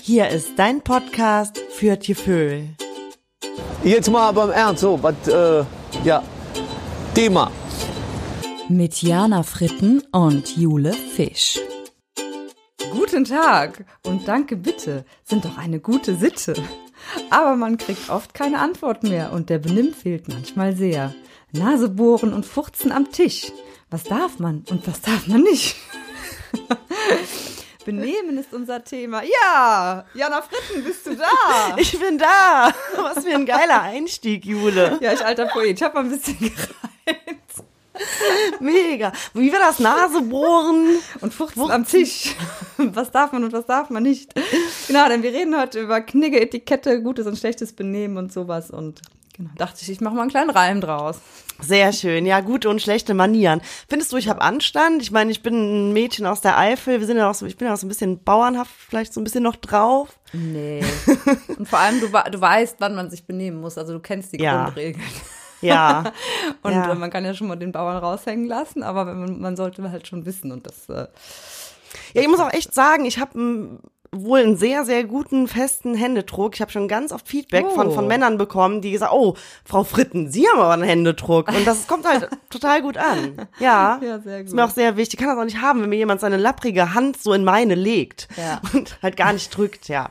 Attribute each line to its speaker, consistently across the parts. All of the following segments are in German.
Speaker 1: Hier ist dein Podcast für Tieföhl.
Speaker 2: Jetzt mal aber im Ernst, so, was, äh, ja, Thema.
Speaker 3: mit Jana Fritten und Jule Fisch.
Speaker 4: Guten Tag und danke bitte sind doch eine gute Sitte. Aber man kriegt oft keine Antwort mehr und der Benimm fehlt manchmal sehr. Nase bohren und furzen am Tisch. Was darf man und was darf man nicht? Benehmen ist unser Thema. Ja, Jana Fritten, bist du da?
Speaker 1: Ich bin da. Was für ein geiler Einstieg, Jule.
Speaker 4: Ja, ich alter Poet, ich hab mal ein bisschen gereizt.
Speaker 1: Mega. Wie war das Nasebohren?
Speaker 4: Und furzen am Tisch. Was darf man und was darf man nicht? Genau, denn wir reden heute über Knigge, Etikette, gutes und schlechtes Benehmen und sowas. Und genau, dachte ich, ich mache mal einen kleinen Reim draus.
Speaker 1: Sehr schön. Ja, gute und schlechte Manieren. Findest du, ich habe Anstand? Ich meine, ich bin ein Mädchen aus der Eifel. Wir sind ja auch so, ich bin ja auch so ein bisschen bauernhaft, vielleicht so ein bisschen noch drauf.
Speaker 4: Nee. Und vor allem, du, wa- du weißt, wann man sich benehmen muss. Also du kennst die
Speaker 1: Ja.
Speaker 4: Grundregeln.
Speaker 1: Ja.
Speaker 4: Und
Speaker 1: Ja.
Speaker 4: äh, man kann ja schon mal den Bauern raushängen lassen, aber wenn man, man sollte halt schon wissen. Und das, äh,
Speaker 1: Ja, ich muss auch echt sagen, ich habe wohl einen sehr, sehr guten, festen Händedruck. Ich habe schon ganz oft Feedback von,
Speaker 4: Oh.
Speaker 1: von Männern bekommen, die gesagt oh, Frau Fritten, Sie haben aber einen Händedruck. Und das kommt halt total gut an. Ja,
Speaker 4: Ja, sehr
Speaker 1: ist
Speaker 4: gut.
Speaker 1: mir auch sehr wichtig. Ich kann das auch nicht haben, wenn mir jemand seine lapprige Hand so in meine legt
Speaker 4: Ja.
Speaker 1: und halt gar nicht drückt, ja.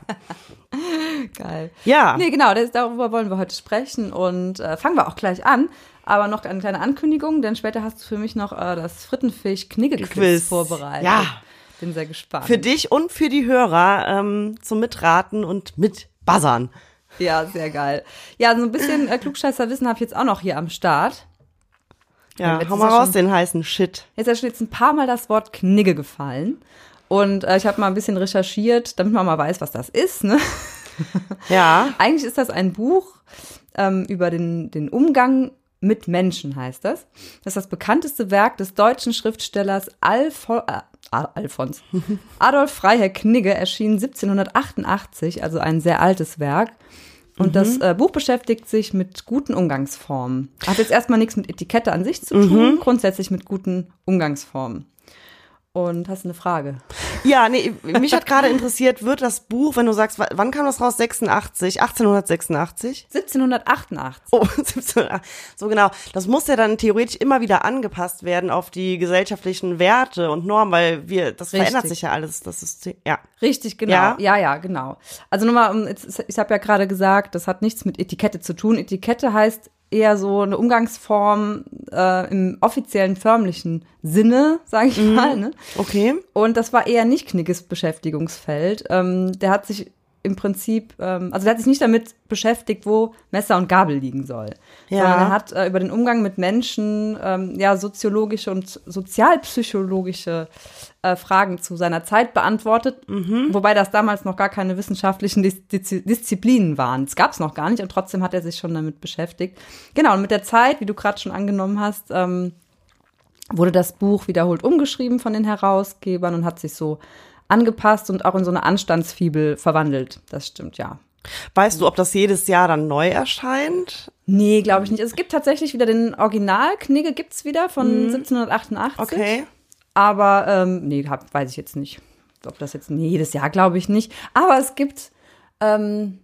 Speaker 4: Geil.
Speaker 1: Ja.
Speaker 4: Nee, genau, das, darüber wollen wir heute sprechen und äh, fangen wir auch gleich an. Aber noch eine kleine Ankündigung, denn später hast du für mich noch äh, das frittenfisch
Speaker 1: Quiz.
Speaker 4: kniggequiz vorbereitet.
Speaker 1: Ja.
Speaker 4: Bin sehr gespannt.
Speaker 1: Für dich und für die Hörer ähm, zum Mitraten und Mitbuzzern.
Speaker 4: ja, sehr geil. Ja, so ein bisschen äh, Klugscheißerwissen habe ich jetzt auch noch hier am Start.
Speaker 1: Ja,
Speaker 4: jetzt
Speaker 1: hau
Speaker 4: ist
Speaker 1: mal
Speaker 4: ja
Speaker 1: raus
Speaker 4: schon-
Speaker 1: den heißen Shit.
Speaker 4: Jetzt ist ja schon jetzt ein paar Mal das Wort Knigge gefallen. Und äh, ich habe mal ein bisschen recherchiert, damit man mal weiß, was das ist. Ne?
Speaker 1: Ja,
Speaker 4: Eigentlich ist das ein Buch ähm, über den, den Umgang mit Menschen, heißt das. Das ist das bekannteste Werk des deutschen Schriftstellers Alfo äh, Al- Alfons. Adolf Freiherr Knigge erschien 1788, also ein sehr altes Werk. Und das äh, Buch beschäftigt sich mit guten Umgangsformen. Hat jetzt erstmal nichts mit Etikette an sich zu tun, grundsätzlich mit guten Umgangsformen. Und hast du eine Frage?
Speaker 1: Ja, nee, mich hat gerade interessiert, wird das Buch, wenn du sagst, wa- wann kam das raus? 86, 1886?
Speaker 4: 1788.
Speaker 1: Oh, 17, ah, so genau. Das muss ja dann theoretisch immer wieder angepasst werden auf die gesellschaftlichen Werte und Normen, weil wir, das verändert
Speaker 4: Richtig.
Speaker 1: sich ja alles, das System, ja.
Speaker 4: Richtig, genau.
Speaker 1: Ja?
Speaker 4: Ja, ja, genau. Also nochmal, um, jetzt- ich habe ja gerade gesagt, das hat nichts mit Etikette zu tun. Etikette heißt eher so eine Umgangsform äh, im offiziellen, förmlichen Sinne, sage ich mal. Ne?
Speaker 1: Okay.
Speaker 4: Und das war eher nicht Knigges Beschäftigungsfeld. Ähm, der hat sich im Prinzip, ähm, also der hat sich nicht damit beschäftigt, wo Messer und Gabel liegen soll.
Speaker 1: Ja.
Speaker 4: Sondern er hat äh, über den Umgang mit Menschen ähm, ja soziologische und sozialpsychologische äh, Fragen zu seiner Zeit beantwortet, wobei das damals noch gar keine wissenschaftlichen Dis Dis Disziplinen waren. Es gab es noch gar nicht und trotzdem hat er sich schon damit beschäftigt. Genau, und mit der Zeit, wie du gerade schon angenommen hast, ähm, wurde das Buch wiederholt umgeschrieben von den Herausgebern und hat sich so angepasst und auch in so eine Anstandsfibel verwandelt. Das stimmt, ja.
Speaker 1: Weißt du, ob das jedes Jahr dann neu erscheint?
Speaker 4: Nee, glaube ich nicht. Es gibt tatsächlich wieder den Original Knigge gibt's wieder von 1788.
Speaker 1: Mhm. Okay.
Speaker 4: Aber ähm, nee, hab, weiß ich jetzt nicht. Ob das jetzt nee, jedes Jahr glaube ich nicht. Aber es gibt ähm,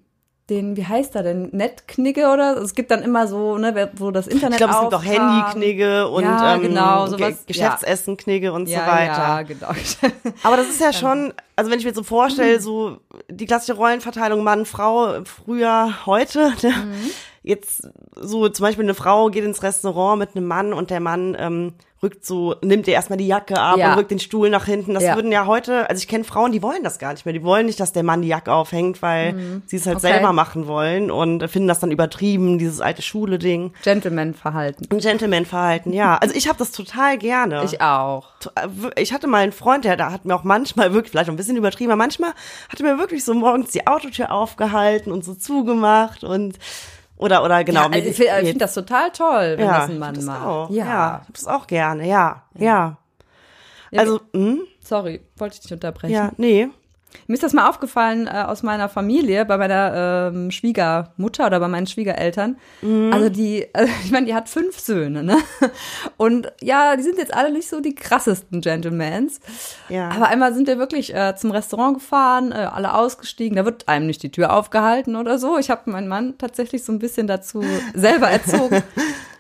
Speaker 4: den, wie heißt er denn? Netknigge oder? Es gibt dann immer so, ne, wer- wo das Internet
Speaker 1: Ich glaube, es gibt auch
Speaker 4: aufkam.
Speaker 1: Handyknigge und
Speaker 4: Ja,
Speaker 1: ähm,
Speaker 4: genau,
Speaker 1: Ge-
Speaker 4: sowas, ja.
Speaker 1: Geschäftsessen-Knigge und
Speaker 4: ja,
Speaker 1: so weiter.
Speaker 4: Ja, genau.
Speaker 1: Aber das ist ja schon, also wenn ich mir so
Speaker 4: Mhm.
Speaker 1: vorstelle, so die klassische Rollenverteilung Mann, Frau, früher, heute, ne?
Speaker 4: Mhm.
Speaker 1: jetzt so zum Beispiel eine Frau geht ins Restaurant mit einem Mann und der Mann ähm, rückt so, nimmt ihr erstmal die Jacke ab
Speaker 4: Ja.
Speaker 1: und rückt den Stuhl nach hinten. Das
Speaker 4: Ja.
Speaker 1: würden ja heute, also ich kenne Frauen, die wollen das gar nicht mehr. Die wollen nicht, dass der Mann die Jacke aufhängt, weil sie es halt
Speaker 4: Mhm. Okay.
Speaker 1: selber machen wollen und finden das dann übertrieben, dieses alte Schule-Ding.
Speaker 4: Gentleman-Verhalten.
Speaker 1: Ein Gentleman-Verhalten, ja. Also ich habe das total gerne äh,
Speaker 4: Ich auch.
Speaker 1: ich hatte mal einen Freund, der, der hat mir auch manchmal wirklich, vielleicht ein bisschen übertrieben, aber manchmal hat er mir wirklich so morgens die Autotür aufgehalten und so zugemacht und oder oder genau.
Speaker 4: Ja, also ich finde find das total toll, wenn das ein Mann
Speaker 1: ich hab das
Speaker 4: macht.
Speaker 1: auch, ja.
Speaker 4: Ja.
Speaker 1: ja, ich hab das auch gerne, ja, ja.
Speaker 4: Ja,
Speaker 1: Also, hm,
Speaker 4: Sorry, wollte ich dich unterbrechen.
Speaker 1: ja, nee.
Speaker 4: Mir ist das mal aufgefallen äh, aus meiner Familie, bei meiner ähm, Schwiegermutter oder bei meinen Schwiegereltern.
Speaker 1: Mhm.
Speaker 4: Also die, also ich meine, die hat fünf Söhne, ne? Und ja, die sind jetzt alle nicht so die krassesten Gentlemans.
Speaker 1: Ja.
Speaker 4: Aber einmal sind wir wirklich äh, zum Restaurant gefahren, äh, alle ausgestiegen. Da wird einem nicht die Tür aufgehalten oder so. Ich habe meinen Mann tatsächlich so ein bisschen dazu selber erzogen.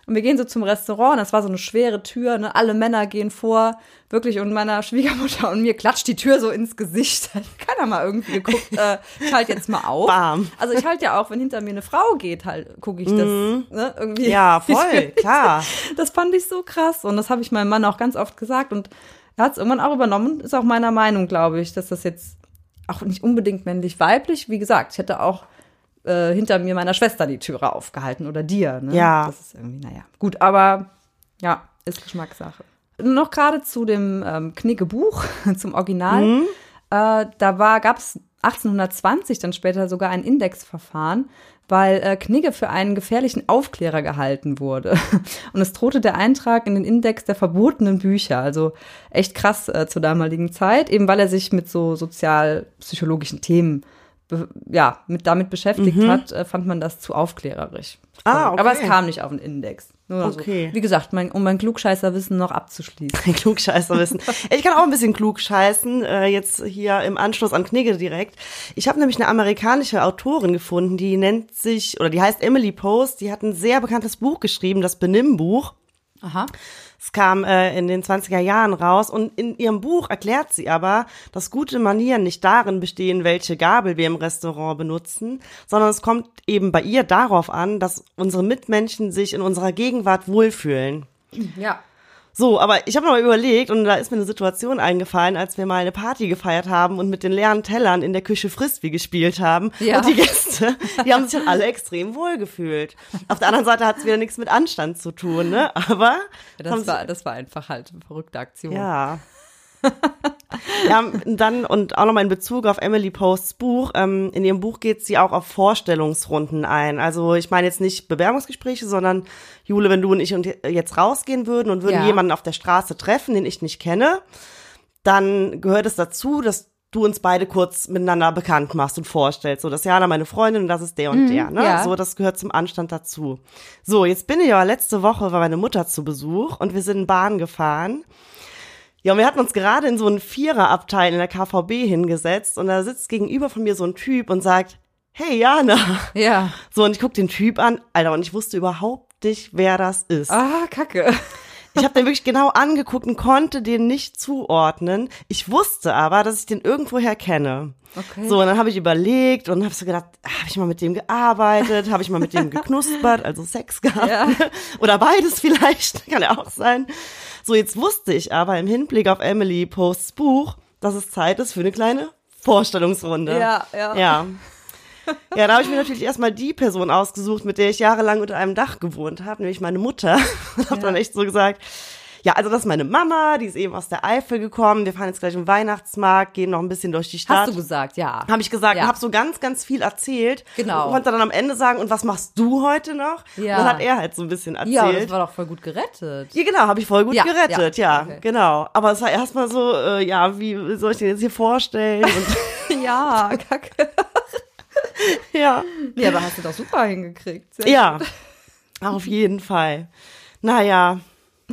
Speaker 4: Und wir gehen so zum Restaurant, das war so eine schwere Tür, ne? alle Männer gehen vor, wirklich, und meiner Schwiegermutter und mir klatscht die Tür so ins Gesicht. Da hat Keiner mal irgendwie geguckt, äh, ich halte jetzt mal auf.
Speaker 1: Bam.
Speaker 4: Also ich halte ja auch, wenn hinter mir eine Frau geht, halt gucke ich das. Ne? Irgendwie.
Speaker 1: Mhm. Ja, voll, klar.
Speaker 4: Das fand ich so krass und das habe ich meinem Mann auch ganz oft gesagt und er hat es irgendwann auch übernommen, ist auch meiner Meinung, glaube ich, dass das jetzt auch nicht unbedingt männlich-weiblich, wie gesagt, ich hätte auch äh, hinter mir meiner Schwester die Türe aufgehalten oder dir. Ne?
Speaker 1: Ja.
Speaker 4: Das ist irgendwie, naja, gut, aber ja, ist Geschmackssache. Noch gerade zu dem ähm, Knickebuch, zum Original.
Speaker 1: Mhm.
Speaker 4: Äh, da war, gab es 1820 dann später sogar ein Indexverfahren, weil äh, Knigge für einen gefährlichen Aufklärer gehalten wurde. Und es drohte der Eintrag in den Index der verbotenen Bücher. Also echt krass äh, zur damaligen Zeit, eben weil er sich mit so sozialpsychologischen Themen be- ja, mit, damit beschäftigt hat, äh, fand man das zu aufklärerisch.
Speaker 1: Mhm. Ah, okay.
Speaker 4: Aber es kam nicht auf den Index. Nur
Speaker 1: Okay.
Speaker 4: so. Wie gesagt, mein, um mein Klugscheißerwissen noch abzuschließen.
Speaker 1: Ein Klugscheißer wissen. Ich kann auch ein bisschen klugscheißen, äh, jetzt hier im Anschluss an Knigge direkt. Ich habe nämlich eine amerikanische Autorin gefunden, die nennt sich, oder die heißt Emily Post, die hat ein sehr bekanntes Buch geschrieben, das Benimmbuch.
Speaker 4: Aha.
Speaker 1: Es kam äh, in den 20er Jahren raus und in ihrem Buch erklärt sie aber, dass gute Manieren nicht darin bestehen, welche Gabel wir im Restaurant benutzen, sondern es kommt eben bei ihr darauf an, dass unsere Mitmenschen sich in unserer Gegenwart wohlfühlen.
Speaker 4: Ja.
Speaker 1: So, aber ich habe mal überlegt und da ist mir eine Situation eingefallen, als wir mal eine Party gefeiert haben und mit den leeren Tellern in der Küche Frisbee gespielt haben.
Speaker 4: Ja.
Speaker 1: Und die Gäste, die haben sich dann alle extrem wohl gefühlt. Auf der anderen Seite hat es wieder nichts mit Anstand zu tun, ne? Aber haben
Speaker 4: Das
Speaker 1: sie-
Speaker 4: war, das war einfach halt eine verrückte Aktion.
Speaker 1: ja. ja, und dann und auch nochmal in Bezug auf Emily Posts Buch. Ähm, in ihrem Buch geht sie auch auf Vorstellungsrunden ein. Also ich meine jetzt nicht Bewerbungsgespräche, sondern Jule, wenn du und ich und jetzt rausgehen würden und würden
Speaker 4: Ja.
Speaker 1: jemanden auf der Straße treffen, den ich nicht kenne, dann gehört es dazu, dass du uns beide kurz miteinander bekannt machst und vorstellst. So, das ist Jana meine Freundin und das ist der und der. Ne?
Speaker 4: ja.
Speaker 1: So, das gehört zum Anstand dazu. So, jetzt bin ich aber letzte Woche war meine Mutter zu Besuch und wir sind Bahn gefahren. Ja, und wir hatten uns gerade in so einen Viererabteil in der KVB hingesetzt und da sitzt gegenüber von mir so ein Typ und sagt, hey Jana.
Speaker 4: Ja.
Speaker 1: So, und ich guck den Typ an, Alter, und ich wusste überhaupt nicht, wer das ist.
Speaker 4: Ah, Kacke.
Speaker 1: Ich habe den wirklich genau angeguckt und konnte den nicht zuordnen. Ich wusste aber, dass ich den irgendwoher kenne.
Speaker 4: Okay.
Speaker 1: So, und dann habe ich überlegt und habe so gedacht, habe ich mal mit dem gearbeitet, habe ich mal mit dem geknuspert, also Sex gehabt
Speaker 4: Ja.
Speaker 1: oder beides vielleicht, kann ja auch sein. So, jetzt wusste ich aber im Hinblick auf Emily Posts Buch, dass es Zeit ist für eine kleine Vorstellungsrunde.
Speaker 4: Ja, ja.
Speaker 1: Ja. Ja, da habe ich mir natürlich erstmal die Person ausgesucht, mit der ich jahrelang unter einem Dach gewohnt habe, nämlich meine Mutter. Und habe dann echt so gesagt, ja, also das ist meine Mama, die ist eben aus der Eifel gekommen. Wir fahren jetzt gleich im Weihnachtsmarkt, gehen noch ein bisschen durch die Stadt.
Speaker 4: Hast du gesagt, ja.
Speaker 1: Habe ich gesagt,
Speaker 4: Ja.
Speaker 1: habe so ganz, ganz viel erzählt.
Speaker 4: Genau.
Speaker 1: Und konnte dann am Ende sagen, und was machst du heute noch?
Speaker 4: Ja.
Speaker 1: Und dann hat er halt so ein bisschen erzählt.
Speaker 4: ja, das war doch voll gut gerettet.
Speaker 1: Ja, genau, habe ich voll gut
Speaker 4: Ja,
Speaker 1: gerettet, ja,
Speaker 4: ja, okay.
Speaker 1: genau. Aber es war erstmal so, äh, ja, wie soll ich den jetzt hier vorstellen? Und,
Speaker 4: Ja, Kacke.
Speaker 1: ja,
Speaker 4: Ja, aber hast du doch super hingekriegt. Sehr
Speaker 1: ja, auf jeden Fall. Naja,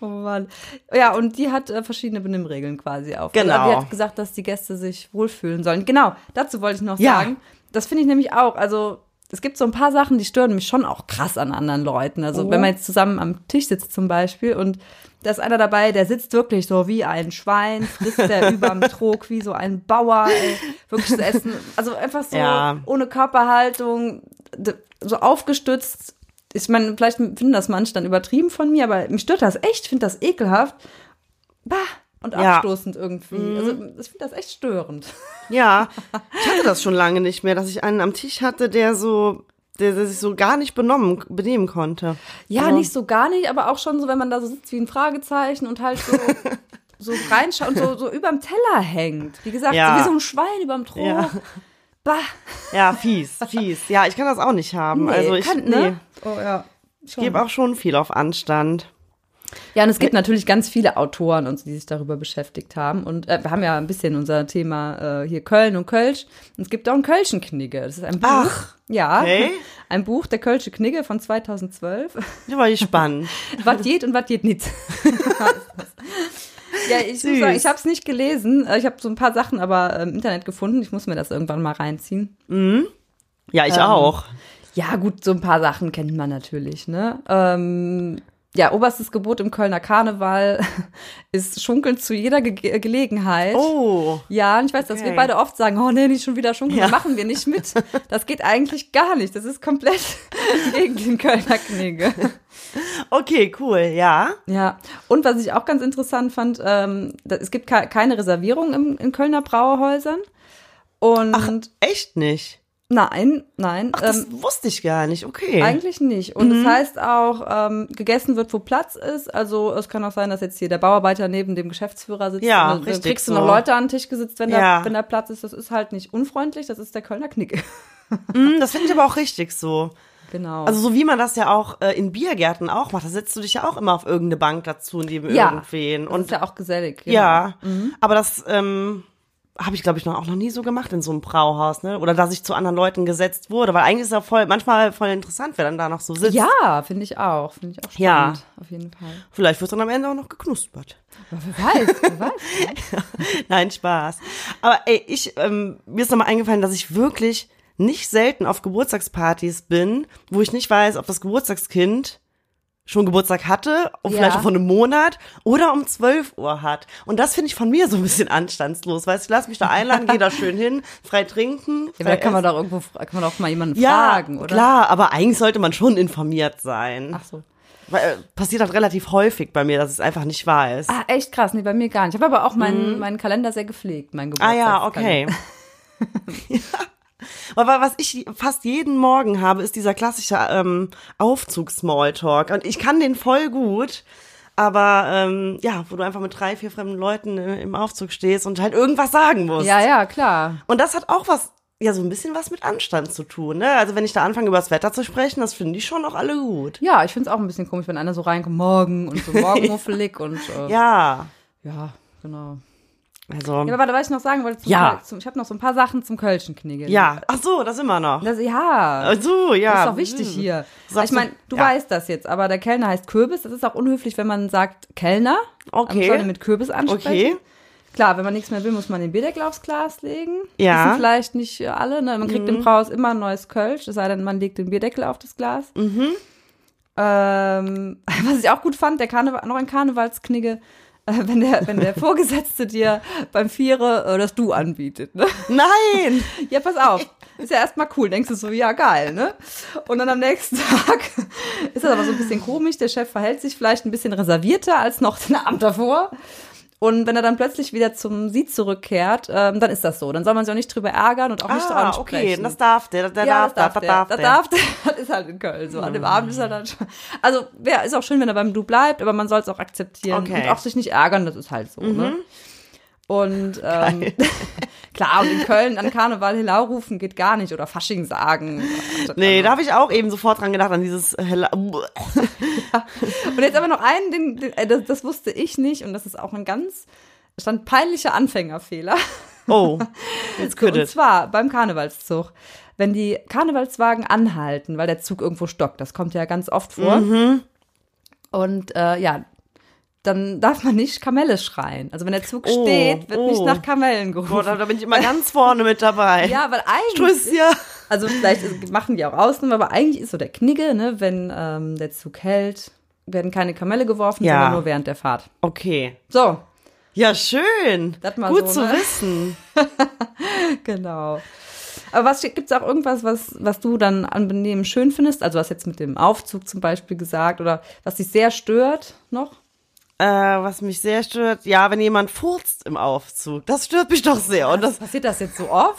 Speaker 4: Oh Mann. Ja, und die hat äh, verschiedene Benimmregeln quasi auf.
Speaker 1: Genau.
Speaker 4: Also, die hat gesagt, dass die Gäste sich wohlfühlen sollen. Genau, dazu wollte ich noch
Speaker 1: Ja.
Speaker 4: sagen. Das finde ich nämlich auch. Also, es gibt so ein paar Sachen, die stören mich schon auch krass an anderen Leuten. Also,
Speaker 1: Oh.
Speaker 4: wenn man jetzt zusammen am Tisch sitzt zum Beispiel und da ist einer dabei, der sitzt wirklich so wie ein Schwein, frisst der überm Trog wie so ein Bauer, ey, wirklich zu essen. Also einfach so
Speaker 1: Ja.
Speaker 4: ohne Körperhaltung, d- so aufgestützt. Ich meine, vielleicht finden das manche dann übertrieben von mir, aber mich stört das echt, finde das ekelhaft. Bah! Und
Speaker 1: Ja.
Speaker 4: abstoßend irgendwie. Also, ich finde das echt störend.
Speaker 1: ja, ich hatte das schon lange nicht mehr, dass ich einen am Tisch hatte, der so, der, der sich so gar nicht benommen, benehmen konnte.
Speaker 4: Ja,
Speaker 1: Also-
Speaker 4: nicht so gar nicht, aber auch schon so, wenn man da so sitzt wie ein Fragezeichen und halt so, so reinschaut und so, so überm Teller hängt. Wie gesagt,
Speaker 1: Ja.
Speaker 4: so wie so ein Schwein überm Trog.
Speaker 1: Ja.
Speaker 4: Bah!
Speaker 1: Ja, fies, fies. Ja, ich kann das auch nicht haben.
Speaker 4: Nee,
Speaker 1: also ich,
Speaker 4: kann,
Speaker 1: nee,
Speaker 4: ne? Oh ja. Schon.
Speaker 1: gebe auch schon viel auf Anstand.
Speaker 4: Ja, und es gibt natürlich ganz viele Autoren und so, die sich darüber beschäftigt haben. Und äh, wir haben ja ein bisschen unser Thema äh, hier Köln und Kölsch. Und es gibt auch einen Kölschen Knigge. Das ist ein Buch.
Speaker 1: Ach,
Speaker 4: ja,
Speaker 1: okay.
Speaker 4: ein Buch, der Kölsche Knigge von 2012.
Speaker 1: Da war ich spannend.
Speaker 4: was geht und was geht nicht. ja, ich muss
Speaker 1: Süß.
Speaker 4: sagen, ich habe es nicht gelesen. Äh, Ich habe so ein paar Sachen aber äh, im Internet gefunden. Ich muss mir das irgendwann mal reinziehen.
Speaker 1: Ja, ich auch.
Speaker 4: Ja, gut, so ein paar Sachen kennt man natürlich, ne? Ähm, ja, oberstes Gebot im Kölner Karneval ist Schunkeln zu jeder Ge Gelegenheit.
Speaker 1: Oh.
Speaker 4: Ja, und ich weiß, dass
Speaker 1: Okay.
Speaker 4: wir beide oft sagen, oh nee, nicht schon wieder Schunkeln,
Speaker 1: Ja.
Speaker 4: da machen wir nicht mit. Das geht eigentlich gar nicht. Das ist komplett gegen den Kölner Knigge.
Speaker 1: Okay, cool, ja.
Speaker 4: Ja, und was ich auch ganz interessant fand, ähm, da, es gibt ke- keine Reservierung im, in Kölner Brauerhäusern. Und
Speaker 1: Echt nicht.
Speaker 4: nein, nein,
Speaker 1: Ach, das
Speaker 4: ähm,
Speaker 1: wusste ich gar nicht. Okay. Mhm.
Speaker 4: eigentlich nicht. Und das heißt auch, ähm, gegessen wird, wo Platz ist. Also es kann auch sein, dass jetzt hier der Bauarbeiter neben dem Geschäftsführer sitzt.
Speaker 1: Ja,
Speaker 4: und dann
Speaker 1: richtig
Speaker 4: kriegst du
Speaker 1: so.
Speaker 4: noch Leute an den Tisch gesetzt, wenn,
Speaker 1: Ja.
Speaker 4: da, wenn da Platz ist. Das ist halt nicht unfreundlich, das ist der Kölner Knick.
Speaker 1: Hm, das finde ich aber auch richtig so.
Speaker 4: genau.
Speaker 1: Also so wie man das ja auch äh, in Biergärten auch macht, da setzt du dich ja auch immer auf irgendeine Bank dazu neben
Speaker 4: Ja,
Speaker 1: irgendwen.
Speaker 4: das ist
Speaker 1: Und
Speaker 4: ja auch gesellig. genau.
Speaker 1: ja, Mhm. aber das ähm, habe ich glaube ich noch auch noch nie so gemacht in so einem Brauhaus, ne? Oder dass ich zu anderen Leuten gesetzt wurde, weil eigentlich ist ja voll manchmal voll interessant, wer dann da noch so sitzt.
Speaker 4: Ja, finde ich auch. Finde ich auch
Speaker 1: Ja.
Speaker 4: spannend. Auf jeden Fall.
Speaker 1: Vielleicht wird dann am Ende auch noch geknuspert.
Speaker 4: Aber wer weiß, wer weiß.
Speaker 1: Nein, Spaß. Aber ey, ich, ähm, mir ist nochmal eingefallen, dass ich wirklich nicht selten auf Geburtstagspartys bin, wo ich nicht weiß, ob das Geburtstagskind schon Geburtstag hatte, und
Speaker 4: Ja.
Speaker 1: vielleicht auch von einem Monat oder um 12 Uhr hat. Und das finde ich von mir so ein bisschen anstandslos. Weißt du, lass mich da einladen, geh da schön hin, frei trinken. frei
Speaker 4: Ja, aber da kann man
Speaker 1: essen.
Speaker 4: doch irgendwo fra- kann man doch mal jemanden
Speaker 1: ja,
Speaker 4: fragen, oder?
Speaker 1: klar, aber eigentlich sollte man schon informiert sein.
Speaker 4: Ach so.
Speaker 1: Weil, äh, passiert halt relativ häufig bei mir, dass ich es einfach nicht weiß.
Speaker 4: Ah, echt krass, nee, bei mir gar nicht. Ich habe aber auch meinen, meinen Kalender sehr gepflegt, mein
Speaker 1: Mhm. Ah ja,
Speaker 4: Geburtstagskalender.
Speaker 1: okay. Ja. Aber was ich fast jeden Morgen habe, ist dieser klassische ähm, Aufzug-Smalltalk. Und ich kann den voll gut. Aber ähm, ja, wo du einfach mit drei, vier fremden Leuten äh, im Aufzug stehst und halt irgendwas sagen musst.
Speaker 4: Ja, ja, klar.
Speaker 1: Und das hat auch was, ja, so ein bisschen was mit Anstand zu tun. Ne? Also wenn ich da anfange, über das Wetter zu sprechen, das finden die schon auch alle gut.
Speaker 4: Ja, ich finde es auch ein bisschen komisch, wenn einer so reinkommt, morgen und so morgenmuffelig und äh, ja.
Speaker 1: Ja,
Speaker 4: genau.
Speaker 1: also,
Speaker 4: Ja,
Speaker 1: ja.
Speaker 4: aber warte, was ich noch sagen wollte, zum
Speaker 1: Ja.
Speaker 4: Köl- zum, ich habe noch so ein paar Sachen zum Kölschen Knigge.
Speaker 1: Ach so, das immer noch.
Speaker 4: Das, ja,
Speaker 1: Ach so, ja. Hm.
Speaker 4: das ist doch wichtig hier.
Speaker 1: Sagst
Speaker 4: ich meine,
Speaker 1: du-
Speaker 4: du
Speaker 1: ja.
Speaker 4: weißt das jetzt, aber der Kellner heißt Kürbis. Das ist auch unhöflich, wenn man sagt Kellner.
Speaker 1: Okay.
Speaker 4: Man sollte mit Kürbis ansprechen.
Speaker 1: Okay.
Speaker 4: Klar, wenn man nichts mehr will, muss man den Bierdeckel aufs Glas legen.
Speaker 1: Ja. Mhm.
Speaker 4: Wissen vielleicht nicht alle. Ne? Man kriegt im Brauhaus immer ein neues Kölsch, es sei denn, man legt den Bierdeckel auf das Glas.
Speaker 1: Mhm.
Speaker 4: Ähm, was ich auch gut fand, der Karneval, noch ein Karnevalsknigge, äh, wenn der, wenn der Vorgesetzte dir beim Viere äh, das Du anbietet. Ne?
Speaker 1: Nein!
Speaker 4: Ja, pass auf. Ist ja erstmal cool. Denkst du so, ja, geil, ne? Und dann am nächsten Tag ist das aber so ein bisschen komisch. Der Chef verhält sich vielleicht ein bisschen reservierter als noch den Abend davor. Und wenn er dann plötzlich wieder zum Sie zurückkehrt, ähm, dann ist das so. Dann soll man sich auch nicht drüber ärgern und auch nicht
Speaker 1: Ah,
Speaker 4: daran
Speaker 1: okay,
Speaker 4: sprechen.
Speaker 1: das darf der, der
Speaker 4: ja,
Speaker 1: darf, das darf, der,
Speaker 4: der. Das darf der. Das ist halt in Köln so. An dem Abend ist er dann schon. Also, wäre ist auch schön, wenn er beim Du bleibt, aber man soll es auch akzeptieren
Speaker 1: Okay. Mhm.
Speaker 4: und auch sich nicht ärgern. Das ist halt so, ne? Und ähm, klar, und in Köln an Karneval Hilau rufen geht gar nicht oder Fasching sagen. Also
Speaker 1: Nee, da habe ich auch eben sofort dran gedacht, an dieses helle.
Speaker 4: Und jetzt aber noch einen, den, den, äh, das, das wusste ich nicht und das ist auch ein ganz, stand peinlicher Anfängerfehler.
Speaker 1: Oh, jetzt
Speaker 4: Und
Speaker 1: könnte.
Speaker 4: zwar beim Karnevalszug. Wenn die Karnevalswagen anhalten, weil der Zug irgendwo stockt, das kommt ja ganz oft vor.
Speaker 1: Mhm.
Speaker 4: Und äh, ja, dann darf man nicht Kamelle schreien. Also wenn der Zug
Speaker 1: Oh,
Speaker 4: steht, wird nicht
Speaker 1: oh.
Speaker 4: nach Kamellen gerufen.
Speaker 1: Da, da bin ich immer ganz vorne mit dabei.
Speaker 4: ja, weil eigentlich
Speaker 1: Tschüss, ja.
Speaker 4: Also vielleicht ist- machen die auch Ausnahmen, aber eigentlich ist so der Knigge, ne, wenn ähm, der Zug hält, werden keine Kamelle geworfen,
Speaker 1: Ja.
Speaker 4: sondern nur während der Fahrt.
Speaker 1: Okay.
Speaker 4: So,
Speaker 1: Ja, schön.
Speaker 4: Das mal
Speaker 1: Gut
Speaker 4: so,
Speaker 1: zu
Speaker 4: ne?
Speaker 1: wissen.
Speaker 4: genau. Aber was gibt's auch irgendwas, was, was du dann an Benehmen schön findest? Also was jetzt mit dem Aufzug zum Beispiel gesagt oder was dich sehr stört noch?
Speaker 1: Äh, was mich sehr stört, ja, wenn jemand furzt im Aufzug, das stört mich doch sehr. Und das,
Speaker 4: Also Passiert das jetzt so oft?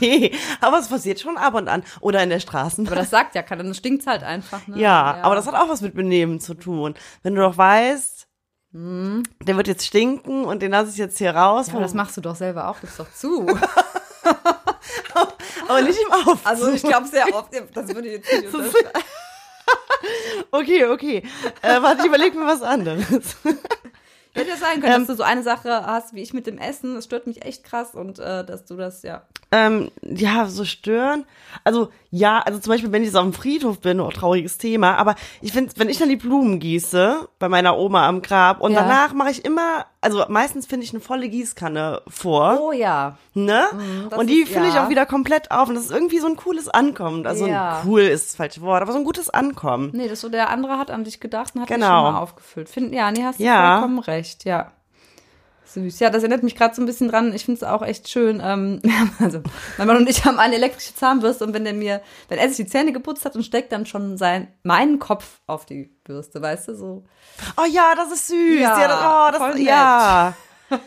Speaker 1: nee, aber es passiert schon ab und an. Oder in der Straßenbahn.
Speaker 4: Aber das sagt ja keiner, dann stinkt's halt einfach. Ne?
Speaker 1: Ja, aber das hat auch was mit Benehmen zu tun. Wenn du doch weißt, der wird jetzt stinken und den lasse ich jetzt hier raus.
Speaker 4: Hm. ja, aber das machst du doch selber auch, gib's doch zu.
Speaker 1: aber nicht im Aufzug.
Speaker 4: Also ich glaube sehr oft, das würde ich jetzt nicht
Speaker 1: Das ist- Okay, okay. Äh, warte, ich überleg mir was anderes.
Speaker 4: Hätte ja sein
Speaker 1: Ähm.
Speaker 4: können, dass du so eine Sache hast wie ich mit dem Essen. Das stört mich echt krass und äh, dass du das, ja.
Speaker 1: Ähm, ja, so stören. Also, ja, also zum Beispiel, wenn ich jetzt auf dem Friedhof bin, oh, trauriges Thema, aber ich finde, wenn ich dann die Blumen gieße bei meiner Oma am Grab und
Speaker 4: Ja.
Speaker 1: danach mache ich immer, also meistens finde ich eine volle Gießkanne vor,
Speaker 4: Oh ja.
Speaker 1: ne?
Speaker 4: Mhm, das
Speaker 1: und die
Speaker 4: ist-
Speaker 1: fülle ich
Speaker 4: ja.
Speaker 1: auch wieder komplett auf und das ist irgendwie so ein cooles Ankommen. Also
Speaker 4: Ja.
Speaker 1: ein cool ist das falsche Wort, aber so ein gutes Ankommen.
Speaker 4: Nee, das so der andere hat an dich gedacht und hat dich
Speaker 1: Genau.
Speaker 4: schon mal aufgefüllt. Find, ja, nee, hast du
Speaker 1: Ja.
Speaker 4: vollkommen recht, ja. Süß. Ja, das erinnert mich gerade so ein bisschen dran. Ich finde es auch echt schön. Ähm, also, mein Mann und ich haben eine elektrische Zahnbürste und wenn der mir, wenn er sich die Zähne geputzt hat und steckt dann schon sein, meinen Kopf auf die Bürste, weißt du, so.
Speaker 1: Oh ja, das ist süß.
Speaker 4: Ja,
Speaker 1: Ja, das, oh,
Speaker 4: voll
Speaker 1: das,
Speaker 4: nett.
Speaker 1: ja.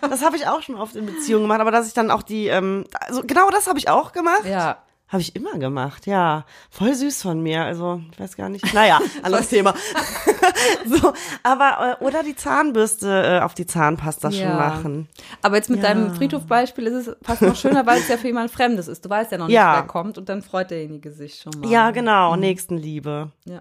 Speaker 1: das habe ich auch schon oft in Beziehungen gemacht, aber dass ich dann auch die, ähm, also genau das habe ich auch gemacht.
Speaker 4: Ja.
Speaker 1: Habe ich immer gemacht, ja. Voll süß von mir. Also, ich weiß gar nicht. Naja, anderes Thema. so, aber, äh, oder die Zahnbürste äh, auf die Zahnpasta schon
Speaker 4: Ja.
Speaker 1: machen.
Speaker 4: Aber jetzt mit
Speaker 1: Ja.
Speaker 4: deinem Friedhofbeispiel ist es fast noch schöner, weil es ja für jemand Fremdes ist. Du weißt ja noch nicht,
Speaker 1: Ja.
Speaker 4: wer kommt und dann freut derjenige sich schon mal.
Speaker 1: Ja,
Speaker 4: Mhm.
Speaker 1: genau. Nächstenliebe.
Speaker 4: Ja.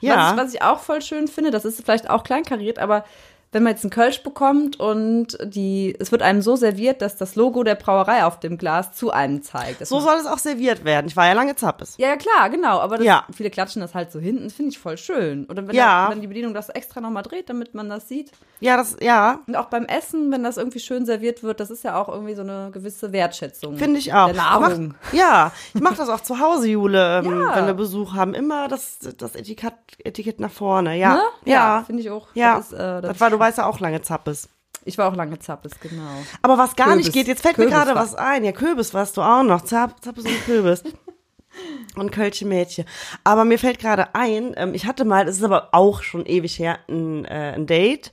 Speaker 4: Was,
Speaker 1: Ja.
Speaker 4: ich, was ich auch voll schön finde, das ist vielleicht auch kleinkariert, aber wenn man jetzt einen Kölsch bekommt und die, es wird einem so serviert, dass das Logo der Brauerei auf dem Glas zu einem zeigt. Das
Speaker 1: so soll es auch serviert werden. Ich war ja lange Zappes.
Speaker 4: ja, ja, klar, genau. Aber das,
Speaker 1: Ja.
Speaker 4: viele klatschen das halt so hinten. Das finde ich voll schön. Oder wenn,
Speaker 1: Ja.
Speaker 4: da, wenn die Bedienung das extra nochmal dreht, damit man das sieht.
Speaker 1: Ja, das, ja.
Speaker 4: Und auch beim Essen, wenn das irgendwie schön serviert wird, das ist ja auch irgendwie so eine gewisse Wertschätzung.
Speaker 1: Finde ich auch.
Speaker 4: Der Nahrung.
Speaker 1: Ich Mach, ja, ich mache das auch zu Hause, Jule, ähm,
Speaker 4: Ja.
Speaker 1: wenn wir Besuch haben. Immer das, das Etikett, Etikett nach vorne, ja.
Speaker 4: Ne?
Speaker 1: Ja,
Speaker 4: finde ich auch.
Speaker 1: Ja,
Speaker 4: Das ist, äh, das
Speaker 1: das war, du weißt ja auch lange Zappes.
Speaker 4: ich war auch lange Zappes, genau.
Speaker 1: Aber was gar
Speaker 4: Kürbis.
Speaker 1: nicht geht, jetzt fällt
Speaker 4: Kürbis
Speaker 1: mir gerade
Speaker 4: war-
Speaker 1: was ein. Ja, Kürbis warst du auch noch. Zapp, Zappes und Kürbis. und Kölsche Mädchen. Aber mir fällt gerade ein, ähm, ich hatte mal, es ist aber auch schon ewig her, ein, äh, ein Date.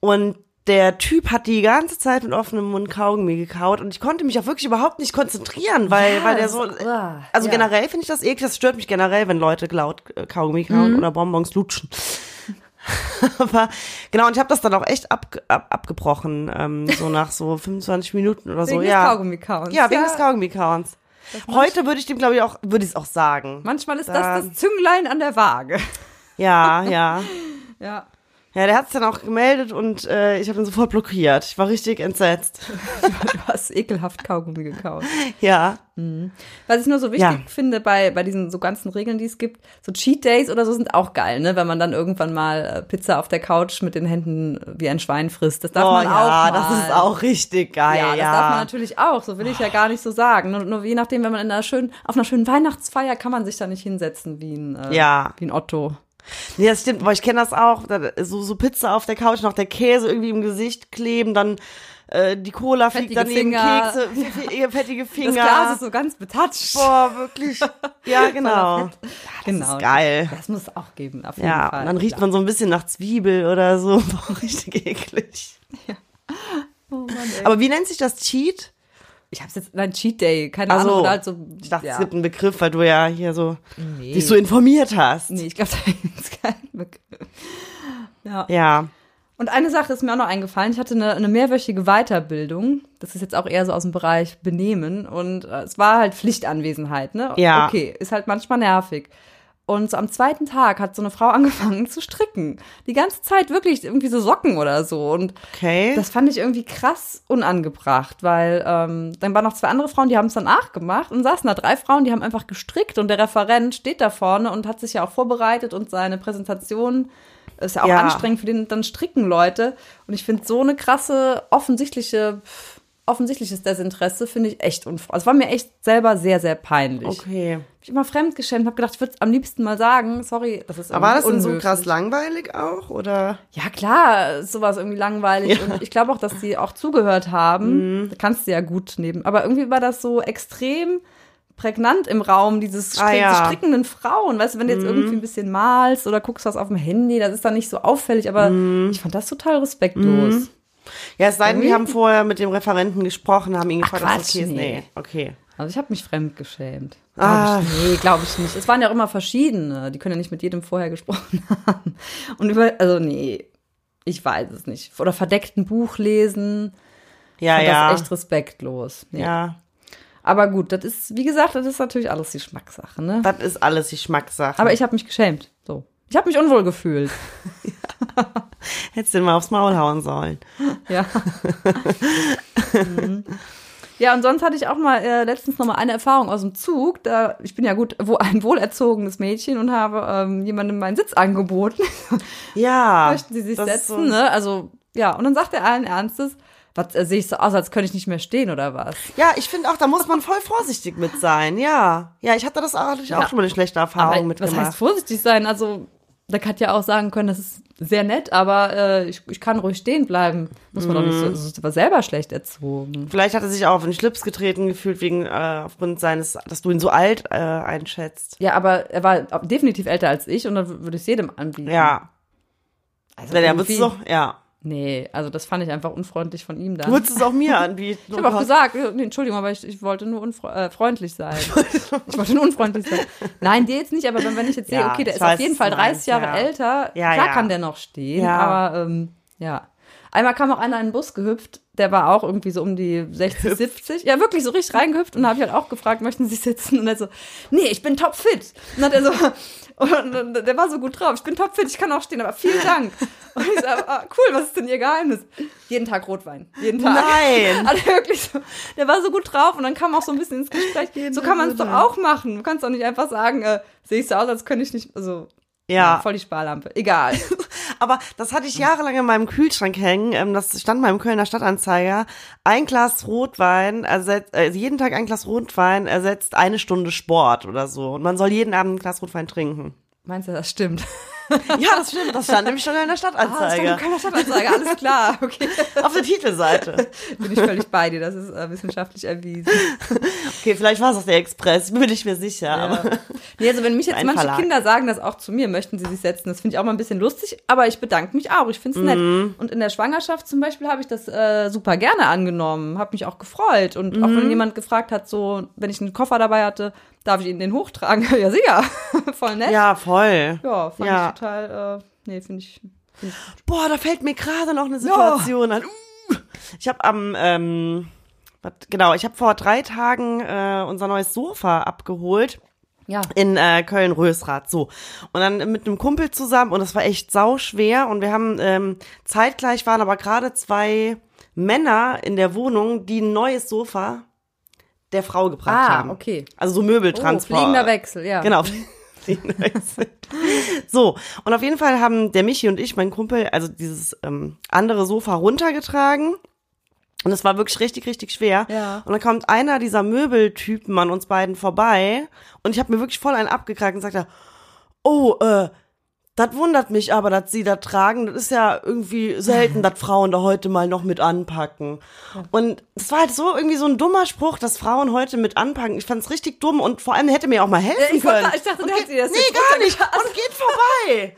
Speaker 1: Und der Typ hat die ganze Zeit mit offenem Mund Kaugummi gekaut und ich konnte mich auch wirklich überhaupt nicht konzentrieren, weil, weil der
Speaker 4: das-
Speaker 1: so.
Speaker 4: ah,
Speaker 1: also
Speaker 4: ja.
Speaker 1: generell finde ich das eklig. Das stört mich generell, wenn Leute laut äh, Kaugummi kauen
Speaker 4: Mhm.
Speaker 1: oder Bonbons lutschen. Aber genau, und ich habe das dann auch echt ab, ab, abgebrochen, ähm, so nach so 25 Minuten oder so.
Speaker 4: Wegen des
Speaker 1: ja.
Speaker 4: Kaugummikauens.
Speaker 1: Ja, wegen
Speaker 4: Ja.
Speaker 1: des Kaugummikauens. Heute würde ich dem, glaube ich, auch, würde ich es auch sagen.
Speaker 4: Manchmal ist das
Speaker 1: Dann-
Speaker 4: das Zünglein an der Waage.
Speaker 1: Ja, ja.
Speaker 4: Ja.
Speaker 1: Ja, der hat es dann auch gemeldet und äh, ich habe ihn sofort blockiert. Ich war richtig entsetzt.
Speaker 4: Du hast ekelhaft Kaugummi gekaut.
Speaker 1: Ja.
Speaker 4: Was ich nur so wichtig
Speaker 1: Ja.
Speaker 4: finde bei, bei diesen so ganzen Regeln, die es gibt, so Cheat Days oder so sind auch geil, ne? Wenn man dann irgendwann mal äh, Pizza auf der Couch mit den Händen wie ein Schwein frisst. Das darf
Speaker 1: oh
Speaker 4: man
Speaker 1: ja,
Speaker 4: auch. Mal.
Speaker 1: das ist auch richtig geil.
Speaker 4: Ja,
Speaker 1: Ja,
Speaker 4: das darf man natürlich auch, so will ich ja gar nicht so sagen. Nur, nur je nachdem, wenn man in einer schönen, auf einer schönen Weihnachtsfeier kann man sich da nicht hinsetzen wie ein, äh,
Speaker 1: Ja.
Speaker 4: wie ein Otto.
Speaker 1: Nee, das stimmt, aber ich kenne das auch. Da- So, so Pizza auf der Couch, noch der Käse irgendwie im Gesicht kleben, dann äh, die Cola fliegt
Speaker 4: Fettige
Speaker 1: daneben,
Speaker 4: Finger.
Speaker 1: Kekse, f- f- fettige Finger.
Speaker 4: Das Glas ist so ganz betatscht.
Speaker 1: Boah, wirklich. Ja, genau.
Speaker 4: Fett. genau.
Speaker 1: ist geil.
Speaker 4: Das muss es auch geben, auf jeden
Speaker 1: Ja,
Speaker 4: Fall.
Speaker 1: und dann riecht man so ein bisschen nach Zwiebel oder so. Boah, richtig eklig. Aber wie nennt sich das Cheat?
Speaker 4: Oh Ich hab's jetzt, nein, Cheat Day, keine
Speaker 1: Also,
Speaker 4: Ahnung. Oder halt so,
Speaker 1: Ich dachte,
Speaker 4: ja.
Speaker 1: es gibt einen Begriff, weil du ja hier so dich so informiert hast.
Speaker 4: Nee, ich glaube, da gibt's keinen Begriff. Ja.
Speaker 1: Ja.
Speaker 4: Und eine Sache ist mir auch noch eingefallen. Ich hatte eine, eine mehrwöchige Weiterbildung. Das ist jetzt auch eher so aus dem Bereich Benehmen. Und äh, es war halt Pflichtanwesenheit, ne?
Speaker 1: Ja.
Speaker 4: Okay, ist halt manchmal nervig. Und so am zweiten Tag hat so eine Frau angefangen zu stricken. Die ganze Zeit wirklich irgendwie so Socken oder so. Und
Speaker 1: Okay.
Speaker 4: Das fand ich irgendwie krass unangebracht, weil ähm, dann waren noch zwei andere Frauen, die haben es dann nachgemacht und saßen da drei Frauen, die haben einfach gestrickt und der Referent steht da vorne und hat sich ja auch vorbereitet und seine Präsentation ist ja auch
Speaker 1: Ja.
Speaker 4: anstrengend für den, dann stricken Leute. Und ich finde so eine krasse, offensichtliche, pff, offensichtliches Desinteresse finde ich echt unfreundlich. Also es war mir echt selber sehr, sehr peinlich.
Speaker 1: okay.
Speaker 4: Okay. Hab ich immer fremdgeschämt, habe gedacht, ich würde am liebsten mal sagen, sorry, das ist
Speaker 1: Aber war das
Speaker 4: irgendwie
Speaker 1: denn so
Speaker 4: unhöflich.
Speaker 1: krass langweilig auch? Oder?
Speaker 4: Ja, klar, ist sowas irgendwie langweilig. Und ich glaube auch, dass die auch zugehört haben.
Speaker 1: Mhm.
Speaker 4: Da kannst du ja gut nehmen. Aber irgendwie war das so extrem prägnant im Raum, dieses
Speaker 1: Ah,
Speaker 4: stri-
Speaker 1: ja. Mhm.
Speaker 4: diese strickenden Frauen. Weißt du, wenn du jetzt irgendwie ein bisschen malst oder guckst was auf dem Handy, das ist dann nicht so auffällig. Aber
Speaker 1: Mhm.
Speaker 4: ich fand das total respektlos.
Speaker 1: Ja, es sei denn, die haben vorher mit dem Referenten gesprochen, haben ihn gefragt,
Speaker 4: Hm? Ach,
Speaker 1: ob das
Speaker 4: Quatsch,
Speaker 1: okay ist.
Speaker 4: nee.
Speaker 1: Nee, okay.
Speaker 4: Also ich habe mich fremdgeschämt. Glaub
Speaker 1: Ah.
Speaker 4: ich, nee, glaube ich nicht. Es waren ja auch immer verschiedene. Die können ja nicht mit jedem vorher gesprochen haben. Und über, also nee, ich weiß es nicht. Oder verdeckt ein Buch lesen.
Speaker 1: Ja,
Speaker 4: fand
Speaker 1: ja.
Speaker 4: das echt respektlos. Nee.
Speaker 1: ja.
Speaker 4: Aber gut, das ist, wie gesagt, das ist natürlich alles die Schmackssache, ne?
Speaker 1: Das ist alles die Geschmackssache.
Speaker 4: Aber ich habe mich geschämt. So. Ich habe mich unwohl gefühlt.
Speaker 1: Hättest du den mal aufs Maul hauen sollen.
Speaker 4: Ja. Mhm. ja, und sonst hatte ich auch mal äh, letztens noch mal eine Erfahrung aus dem Zug. Da, ich bin ja gut, wo ein wohlerzogenes Mädchen und habe ähm, jemandem meinen Sitz angeboten.
Speaker 1: Ja.
Speaker 4: Möchten Sie sich
Speaker 1: das ist
Speaker 4: setzen, ne? Also, ja. Und dann sagt er allen Ernstes, was äh, sehe ich so aus, als könnte ich nicht mehr stehen oder was?
Speaker 1: So. Ja, ich finde auch, da muss man voll vorsichtig mit sein. Ja. Ja, ich hatte das auch, hatte ich auch schon mal eine schlechte Erfahrung
Speaker 4: was
Speaker 1: mitgemacht.
Speaker 4: heißt vorsichtig sein? Also, da kann ja auch sagen können, das ist sehr nett, aber äh, ich, ich kann ruhig stehen bleiben. Muss man doch
Speaker 1: Mhm.
Speaker 4: nicht so, das ist aber selber schlecht erzogen.
Speaker 1: Vielleicht hat er sich auch auf den Schlips getreten gefühlt, wegen, äh, aufgrund seines, dass du ihn so alt äh, einschätzt.
Speaker 4: Ja, aber er war definitiv älter als ich und dann wür- würde ich es jedem anbieten.
Speaker 1: Ja.
Speaker 4: also
Speaker 1: Wenn er wird's
Speaker 4: irgendwie-
Speaker 1: doch, ja.
Speaker 4: Nee, also das fand ich einfach unfreundlich von ihm dann.
Speaker 1: Würdest du es auch mir Oh anbieten?
Speaker 4: ich habe auch gesagt, äh, nee, Entschuldigung, aber ich, ich wollte nur unfre äh, freundlich sein. ich wollte nur unfreundlich sein. Nein, dir jetzt nicht, aber wenn, wenn ich jetzt sehe,
Speaker 1: Ja,
Speaker 4: okay, der
Speaker 1: ich
Speaker 4: ist auf
Speaker 1: weiß,
Speaker 4: jeden Fall
Speaker 1: was
Speaker 4: 30
Speaker 1: du meinst,
Speaker 4: Jahre
Speaker 1: ja.
Speaker 4: älter,
Speaker 1: Ja,
Speaker 4: klar
Speaker 1: ja.
Speaker 4: kann der noch stehen,
Speaker 1: Ja.
Speaker 4: aber ähm, ja. Einmal kam auch einer in den Bus gehüpft, der war auch irgendwie so um die 60, 70. Ja, wirklich so richtig reingehüpft. Und da habe ich halt auch gefragt, möchten Sie sitzen? Und er so, nee, ich bin topfit. Und dann hat er so, und der war so gut drauf, ich bin topfit, ich kann auch stehen, aber vielen Dank. Und ich so, ah, cool, was ist denn Ihr Geheimnis? Jeden Tag Rotwein. Jeden Tag.
Speaker 1: Nein.
Speaker 4: Also wirklich so, der war so gut drauf und dann kam auch so ein bisschen ins Gespräch. so kann man es doch auch machen. Du kannst doch nicht einfach sagen, äh, sehe ich so aus, als könnte ich nicht, also
Speaker 1: Ja.
Speaker 4: voll die Sparlampe. Egal.
Speaker 1: Aber das hatte ich jahrelang in meinem Kühlschrank hängen. Ähm, Das stand mal im Kölner Stadtanzeiger. Ein Glas Rotwein ersetzt, äh, jeden Tag ein Glas Rotwein ersetzt eine Stunde Sport oder so. Und man soll jeden Abend ein Glas Rotwein trinken.
Speaker 4: Meinst du, das stimmt?
Speaker 1: Ja, das stimmt. Das stand nämlich schon in der
Speaker 4: Ah, das kann
Speaker 1: Stadtanzeiger.
Speaker 4: keiner Stadtanzeige, alles klar. Okay.
Speaker 1: Auf der Titelseite.
Speaker 4: Bin ich völlig bei dir, das ist äh, wissenschaftlich erwiesen.
Speaker 1: Okay, vielleicht war es auch der Express. Bin ich mir sicher.
Speaker 4: Ja.
Speaker 1: Aber
Speaker 4: Nee, also wenn mich jetzt
Speaker 1: Ein
Speaker 4: manche
Speaker 1: Verlag.
Speaker 4: Kinder sagen das auch zu mir, möchten sie sich setzen, das finde ich auch mal ein bisschen lustig, aber ich bedanke mich auch, ich finde es
Speaker 1: Mhm.
Speaker 4: nett. Und in der Schwangerschaft zum Beispiel habe ich das äh, super gerne angenommen, habe mich auch gefreut und auch
Speaker 1: Mhm.
Speaker 4: wenn jemand gefragt hat, so, wenn ich einen Koffer dabei hatte, darf ich ihn den hochtragen? ja, sicher, voll nett.
Speaker 1: ja, voll.
Speaker 4: ja fand
Speaker 1: Ja.
Speaker 4: ich total, äh, nee, finde ich, find ich
Speaker 1: Boah, da fällt mir gerade noch eine Situation an. Uh. Ich habe am, ähm, was, genau, ich habe vor drei Tagen äh, unser neues Sofa abgeholt.
Speaker 4: Ja.
Speaker 1: In äh, Köln-Rösrath, so. Und dann mit einem Kumpel zusammen und das war echt sauschwer und wir haben, ähm, zeitgleich waren aber gerade zwei Männer in der Wohnung, die ein neues Sofa der Frau gebracht
Speaker 4: Ah,
Speaker 1: haben.
Speaker 4: okay.
Speaker 1: Also so Möbeltransport.
Speaker 4: Oh, fliegender Wechsel, ja.
Speaker 1: Genau. fliegender Wechsel. so, und auf jeden Fall haben der Michi und ich, mein Kumpel, also dieses ähm, andere Sofa runtergetragen. Und es war wirklich richtig, richtig schwer.
Speaker 4: Ja.
Speaker 1: Und dann kommt einer dieser Möbeltypen an uns beiden vorbei. Und ich habe mir wirklich voll einen abgekrackt und sagte, oh, äh, das wundert mich aber, dass sie da tragen. Das ist ja irgendwie selten, dass Frauen da heute mal noch mit anpacken. Und es war halt so irgendwie so ein dummer Spruch, dass Frauen heute mit anpacken. Ich fand's richtig dumm und vor allem hätte mir auch mal helfen
Speaker 4: ich wollte
Speaker 1: können.
Speaker 4: sagen, ich dachte,
Speaker 1: und
Speaker 4: der
Speaker 1: geht,
Speaker 4: hat sie das
Speaker 1: Nee,
Speaker 4: jetzt
Speaker 1: gar nicht. Und geht vorbei.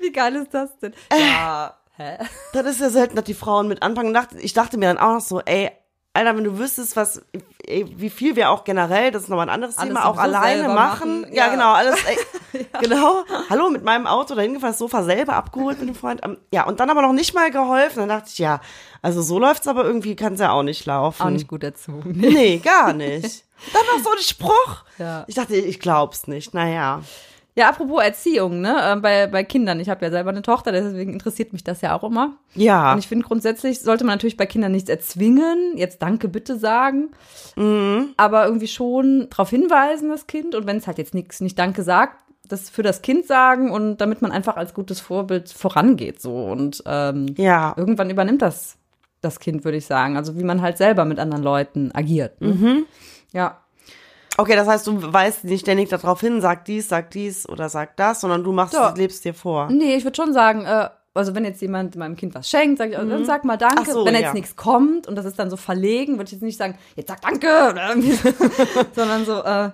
Speaker 4: Wie geil ist das denn?
Speaker 1: Äh.
Speaker 4: Ja, hä?
Speaker 1: das ist ja selten, dass die Frauen mit anpacken. Und dachte- Ich dachte mir dann auch noch so, ey, Alter, wenn du wüsstest, was, ey, wie viel wir auch generell, das ist nochmal ein anderes
Speaker 4: Alles
Speaker 1: Thema, auch
Speaker 4: sowieso
Speaker 1: alleine
Speaker 4: selber
Speaker 1: machen.
Speaker 4: machen,
Speaker 1: Ja,
Speaker 4: ja.
Speaker 1: genau, alles, ey, genau. Hallo, mit meinem Auto dahin gefahren, das Sofa selber abgeholt mit dem Freund. Ähm, Ja, und dann aber noch nicht mal geholfen. Dann dachte ich, ja, also so läuft's aber irgendwie, kann's ja auch nicht laufen.
Speaker 4: Auch nicht gut erzogen.
Speaker 1: Nee, gar nicht. Dann noch so ein Spruch.
Speaker 4: Ja.
Speaker 1: Ich dachte, ich glaub's nicht. Naja.
Speaker 4: Ja, apropos Erziehung, ne? äh, Bei, bei Kindern. Ich habe ja selber eine Tochter, deswegen interessiert mich das ja auch immer.
Speaker 1: Ja.
Speaker 4: Und ich finde grundsätzlich sollte man natürlich bei Kindern nichts erzwingen, jetzt Danke bitte sagen, aber irgendwie schon darauf hinweisen, das Kind. Und wenn es halt jetzt nichts nicht Danke sagt, das für das Kind sagen und damit man einfach als gutes Vorbild vorangeht so. Und ähm,
Speaker 1: ja.
Speaker 4: irgendwann übernimmt das das Kind, würde ich sagen. Also wie man halt selber mit anderen Leuten agiert. Ne? Ja.
Speaker 1: Okay, das heißt, du weißt nicht ständig darauf hin, sag dies, sag dies oder sag das, sondern du machst,
Speaker 4: Doch.
Speaker 1: lebst dir vor.
Speaker 4: Nee, ich würde schon sagen, äh, also wenn jetzt jemand meinem Kind was schenkt, sag ich, also dann sag mal
Speaker 1: Mhm. Ach
Speaker 4: danke.
Speaker 1: so,
Speaker 4: wenn jetzt
Speaker 1: ja.
Speaker 4: nichts kommt und das ist dann so verlegen, würde ich jetzt nicht sagen, jetzt sag danke, oder irgendwie so, sondern so äh,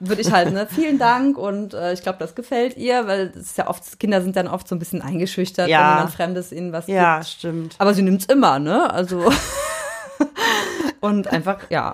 Speaker 4: würde ich halt, ne, vielen Dank und äh, ich glaube, das gefällt ihr, weil es ist ja oft, Kinder sind dann oft so ein bisschen eingeschüchtert,
Speaker 1: Ja.
Speaker 4: wenn jemand Fremdes ihnen was
Speaker 1: Ja,
Speaker 4: gibt.
Speaker 1: stimmt.
Speaker 4: Aber sie nimmt's immer, ne? Also. und einfach, ja.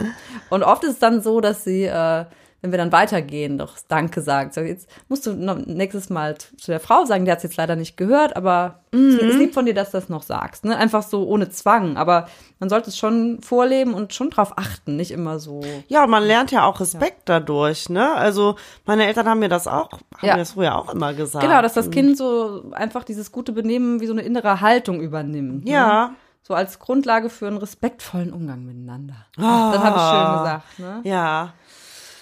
Speaker 4: Und oft ist es dann so, dass sie, äh, wenn wir dann weitergehen, doch Danke sagt. So, jetzt musst du noch nächstes Mal zu der Frau sagen, die hat es jetzt leider nicht gehört, aber es ist lieb von dir, dass du das noch sagst. Ne? Einfach so ohne Zwang. Aber man sollte es schon vorleben und schon drauf achten, nicht immer so.
Speaker 1: Ja, man lernt ja auch Respekt dadurch, ne? Also meine Eltern haben mir das auch, haben
Speaker 4: Ja.
Speaker 1: mir das früher auch immer gesagt.
Speaker 4: Genau, dass das Kind so einfach dieses gute Benehmen wie so eine innere Haltung übernimmt. Ne?
Speaker 1: Ja,
Speaker 4: So als Grundlage für einen respektvollen Umgang miteinander. Das habe ich schön gesagt. Ne?
Speaker 1: ja.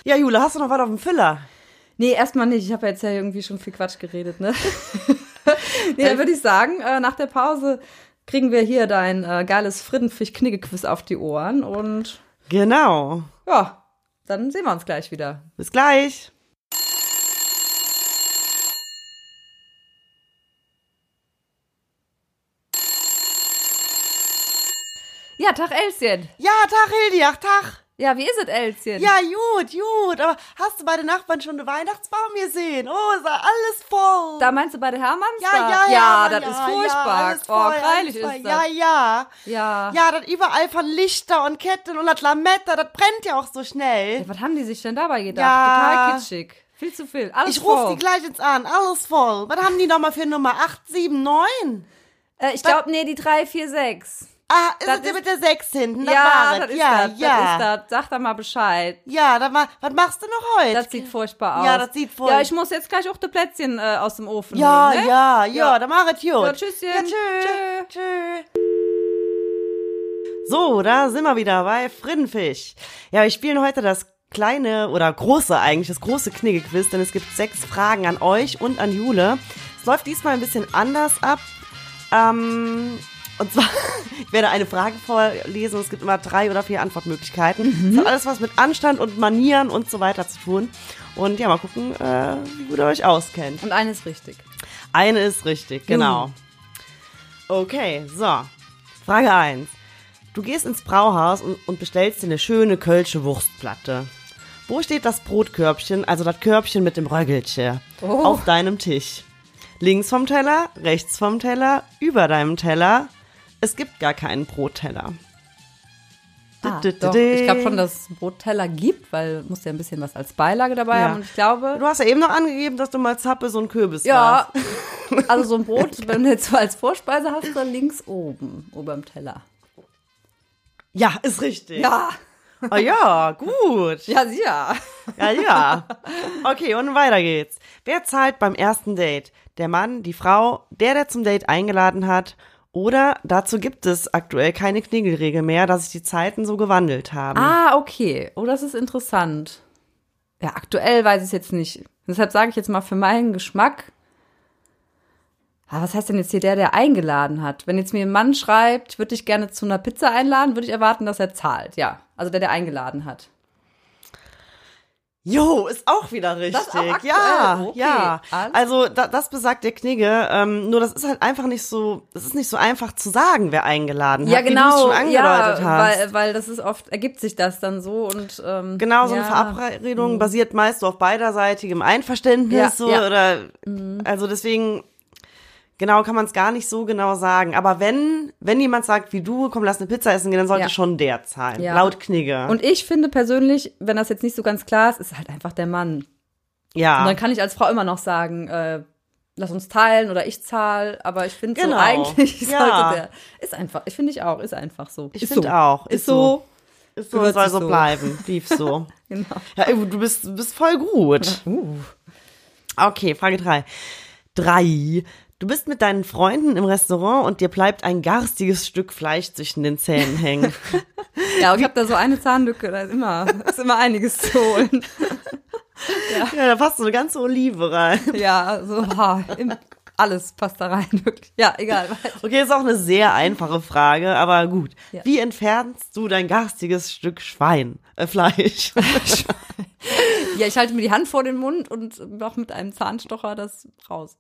Speaker 1: Ja, Jule, hast du noch was auf dem Filler?
Speaker 4: Nee, erstmal nicht. Ich habe ja jetzt ja irgendwie schon viel Quatsch geredet, ne? nee, dann würde ich sagen, äh, nach der Pause kriegen wir hier dein äh, geiles Frittenfisch-Knigge-Quiz auf die Ohren und
Speaker 1: Genau.
Speaker 4: ja, dann sehen wir uns gleich wieder.
Speaker 1: Bis gleich.
Speaker 4: Ja, Tag Elschen.
Speaker 1: Ja, Tag, Hildi, ach, Tag.
Speaker 4: Ja, wie ist es, Elschen?
Speaker 1: Ja, gut, gut. Aber hast du bei den Nachbarn schon den Weihnachtsbaum gesehen? Oh, ist da alles voll.
Speaker 4: Da meinst du bei der Hermanns?
Speaker 1: ja, ja, ja. Mann,
Speaker 4: ja, das ist
Speaker 1: ja, Ja,
Speaker 4: furchtbar.
Speaker 1: alles voll,
Speaker 4: oh, greilich
Speaker 1: alles voll.
Speaker 4: ist
Speaker 1: Ja,
Speaker 4: das.
Speaker 1: ja.
Speaker 4: Ja.
Speaker 1: Ja, das überall von Lichter und Ketten und das Lametta, das brennt ja auch so schnell.
Speaker 4: Ja, Was haben die sich denn dabei gedacht?
Speaker 1: Ja.
Speaker 4: Total kitschig. Viel zu viel. Alles
Speaker 1: Ich rufe
Speaker 4: voll.
Speaker 1: die gleich jetzt an, alles voll. Was haben die nochmal für Nummer 879?
Speaker 4: äh, ich glaube, nee, die 3, 4, 6.
Speaker 1: Ah, ist
Speaker 4: Das
Speaker 1: das die
Speaker 4: ist-
Speaker 1: mit der 6 hinten? Das
Speaker 4: ja,
Speaker 1: war
Speaker 4: das ist
Speaker 1: ja,
Speaker 4: das.
Speaker 1: ja.
Speaker 4: Das ist das. Sag da mal Bescheid.
Speaker 1: Ja, dann mal, was machst du noch heute?
Speaker 4: Das sieht furchtbar aus.
Speaker 1: Ja, das sieht furcht-
Speaker 4: Ja, ich muss jetzt gleich auch die Plätzchen äh, aus dem Ofen
Speaker 1: ja,
Speaker 4: nehmen, ne?
Speaker 1: ja, ja,
Speaker 4: Ja.
Speaker 1: dann mach es gut.
Speaker 4: Ja, tschüsschen.
Speaker 1: Ja, tschö. Tschö. So, da sind wir wieder bei Frittenfisch. Ja, wir spielen heute das kleine oder große eigentlich, das große Knigge-Quiz, denn es gibt sechs Fragen an euch und an Jule. Es läuft diesmal ein bisschen anders ab. Ähm, und zwar, ich werde eine Frage vorlesen. Es gibt immer drei oder vier Antwortmöglichkeiten. Das hat alles was mit Anstand und Manieren und so weiter zu tun. Und ja, mal gucken, äh, wie gut ihr euch auskennt.
Speaker 4: Und eines richtig.
Speaker 1: Eine ist richtig, genau.
Speaker 4: Hm.
Speaker 1: Okay, so. Frage 1. Du gehst ins Brauhaus und, und bestellst dir eine schöne kölsche Wurstplatte. Wo steht das Brotkörbchen, also das Körbchen mit dem Röggelchen,
Speaker 4: Oh.
Speaker 1: auf deinem Tisch? Links vom Teller, rechts vom Teller, über deinem Teller. Es gibt gar keinen Brotteller.
Speaker 4: Ah,
Speaker 1: Du, du, du,
Speaker 4: doch.
Speaker 1: du.
Speaker 4: Ich glaube schon, dass es Brotteller gibt, weil muss ja ein bisschen was als Beilage dabei
Speaker 1: Ja.
Speaker 4: haben. Und ich glaube,
Speaker 1: Du hast ja eben noch angegeben, dass du mal Zappe so ein Kürbis warst.
Speaker 4: ja, also so ein Brot, wenn du jetzt so als Vorspeise hast, dann links oben, oberm Teller.
Speaker 1: Ja, ist richtig.
Speaker 4: Ja,
Speaker 1: Ah ja, gut.
Speaker 4: ja, ja.
Speaker 1: Ja, ja. Okay, und weiter geht's. Wer zahlt beim ersten Date? Der Mann, die Frau, der, der zum Date eingeladen hat? Oder dazu gibt es aktuell keine Kniegelregel mehr, dass sich die Zeiten so gewandelt haben.
Speaker 4: Ah, okay. Oh, das ist interessant. Ja, aktuell weiß ich es jetzt nicht. Deshalb sage ich jetzt mal für meinen Geschmack. Ah, was heißt denn jetzt hier der, der eingeladen hat? Wenn jetzt mir ein Mann schreibt, würde ich gerne zu einer Pizza einladen, würde ich erwarten, dass er zahlt. Ja, also der, der eingeladen hat.
Speaker 1: Jo, ist auch wieder richtig.
Speaker 4: Das ist auch aktuell,
Speaker 1: ja,
Speaker 4: okay.
Speaker 1: ja.
Speaker 4: Alles-
Speaker 1: Also da, das besagt der Knigge. Ähm, nur das ist halt einfach nicht so, das ist nicht so einfach zu sagen, wer eingeladen hat, wie du es schon angedeutet
Speaker 4: genau. ja,
Speaker 1: hast.
Speaker 4: Weil, weil das ist oft, ergibt sich das dann so und ähm,
Speaker 1: Genau, so
Speaker 4: ja. Mhm.
Speaker 1: eine Verabredung basiert meist so auf beiderseitigem Einverständnis
Speaker 4: Ja,
Speaker 1: so
Speaker 4: ja. Mhm.
Speaker 1: oder also deswegen genau kann man es gar nicht so genau sagen. Aber wenn wenn jemand sagt wie du, komm, lass eine Pizza essen gehen, dann sollte
Speaker 4: Ja.
Speaker 1: schon der zahlen,
Speaker 4: Ja.
Speaker 1: laut Knigge.
Speaker 4: Und ich finde persönlich, wenn das jetzt nicht so ganz klar ist, ist halt einfach der Mann. Und
Speaker 1: ja,
Speaker 4: dann kann ich als Frau immer noch sagen, äh, lass uns teilen oder ich zahle, aber ich finde
Speaker 1: Genau.
Speaker 4: so eigentlich
Speaker 1: Ja.
Speaker 4: sollte der. Ist einfach, ich finde ich auch, ist einfach so.
Speaker 1: Ich
Speaker 4: Ist
Speaker 1: find
Speaker 4: so.
Speaker 1: auch,
Speaker 4: Ist
Speaker 1: ist
Speaker 4: so.
Speaker 1: ist so,
Speaker 4: gehört
Speaker 1: soll
Speaker 4: sich
Speaker 1: so
Speaker 4: so.
Speaker 1: bleiben, lief so.
Speaker 4: Genau.
Speaker 1: ja, Ivo, du bist du bist voll gut.
Speaker 4: Uh.
Speaker 1: Okay, Frage drei. Drei. Du bist mit deinen Freunden im Restaurant und dir bleibt ein garstiges Stück Fleisch zwischen den Zähnen hängen.
Speaker 4: Ja, und ich habe da so eine Zahnlücke, da ist immer, ist immer einiges zu holen.
Speaker 1: ja, da passt so eine ganze Olive rein.
Speaker 4: Ja, so ha, im, alles passt da rein, wirklich. Ja, egal.
Speaker 1: Okay, ist auch eine sehr einfache Frage, aber gut.
Speaker 4: Mhm. Ja.
Speaker 1: Wie entfernst du dein garstiges Stück Schwein, äh, Fleisch?
Speaker 4: Ja, ich halte mir die Hand vor den Mund und noch mit einem Zahnstocher das raus.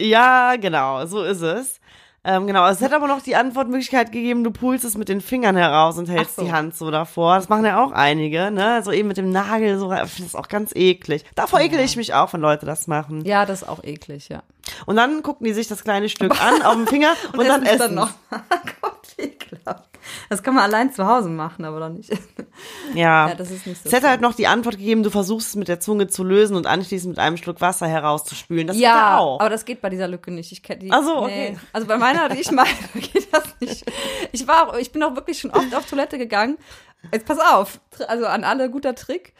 Speaker 1: ja, genau, so ist es. Ähm, genau, es hätte aber noch die Antwortmöglichkeit gegeben, du pulst es mit den Fingern heraus und hältst
Speaker 4: Ach so.
Speaker 1: die Hand so davor. Das machen ja auch einige, ne? So eben mit dem Nagel, so, ich finde das auch ganz eklig. Davor ekle ich mich auch, wenn Leute das machen.
Speaker 4: Ja, das ist auch eklig, ja.
Speaker 1: Und dann gucken die sich das kleine Stück an auf dem Finger und, dann
Speaker 4: essen's
Speaker 1: essen.
Speaker 4: noch. Gott. Ekelhaft. Das kann man allein zu Hause machen, aber doch nicht.
Speaker 1: Ja.
Speaker 4: Ja, das ist nicht so
Speaker 1: es hätte
Speaker 4: schön.
Speaker 1: halt noch die Antwort gegeben, du versuchst es mit der Zunge zu lösen und anschließend mit einem Schluck Wasser herauszuspülen. Das geht
Speaker 4: Ja,
Speaker 1: ja auch.
Speaker 4: aber das geht bei dieser Lücke nicht. Ich kenn die.
Speaker 1: Ach so, okay.
Speaker 4: Also bei meiner, die ich meine, geht das nicht. Ich war, auch, ich bin auch wirklich schon oft auf Toilette gegangen. Jetzt pass auf, Tr- also an alle guter Trick.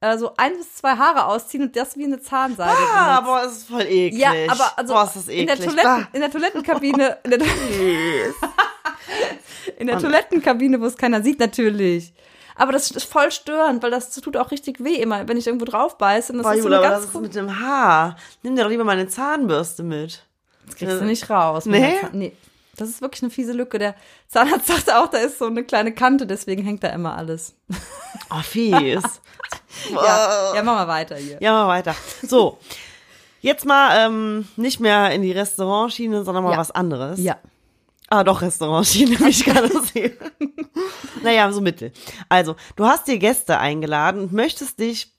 Speaker 4: Äh, So ein bis zwei Haare ausziehen und das wie eine Zahnseide.
Speaker 1: Ah,
Speaker 4: benutzen.
Speaker 1: aber es ist voll eklig.
Speaker 4: ja, aber also
Speaker 1: Boah, ist das
Speaker 4: in, der
Speaker 1: eklig.
Speaker 4: Toiletten, in der Toilettenkabine, in der, in der Toilettenkabine, wo es keiner sieht natürlich. Aber das ist voll störend, weil das tut auch richtig weh immer, wenn ich irgendwo drauf beiße. Und das
Speaker 1: Boah,
Speaker 4: ist so
Speaker 1: Jule,
Speaker 4: eine
Speaker 1: aber
Speaker 4: ganz
Speaker 1: das ist
Speaker 4: komische-
Speaker 1: mit dem Haar. Nimm dir doch lieber mal eine Zahnbürste mit.
Speaker 4: Das kriegst du nicht raus. mit
Speaker 1: Nee?
Speaker 4: der Zahn- Äh, nee. Das ist wirklich eine fiese Lücke. Der Zahnarzt sagt auch, da ist so eine kleine Kante, deswegen hängt da immer alles.
Speaker 1: Oh, fies.
Speaker 4: Ja, ja mach mal weiter hier.
Speaker 1: Ja, mal weiter. So, jetzt mal ähm, nicht mehr in die Restaurantschiene, sondern mal
Speaker 4: Ja.
Speaker 1: was anderes.
Speaker 4: Ja.
Speaker 1: Ah, doch, Restaurantschiene, wie ich gerade sehe. naja, so mittel. Also, du hast dir Gäste eingeladen und möchtest dich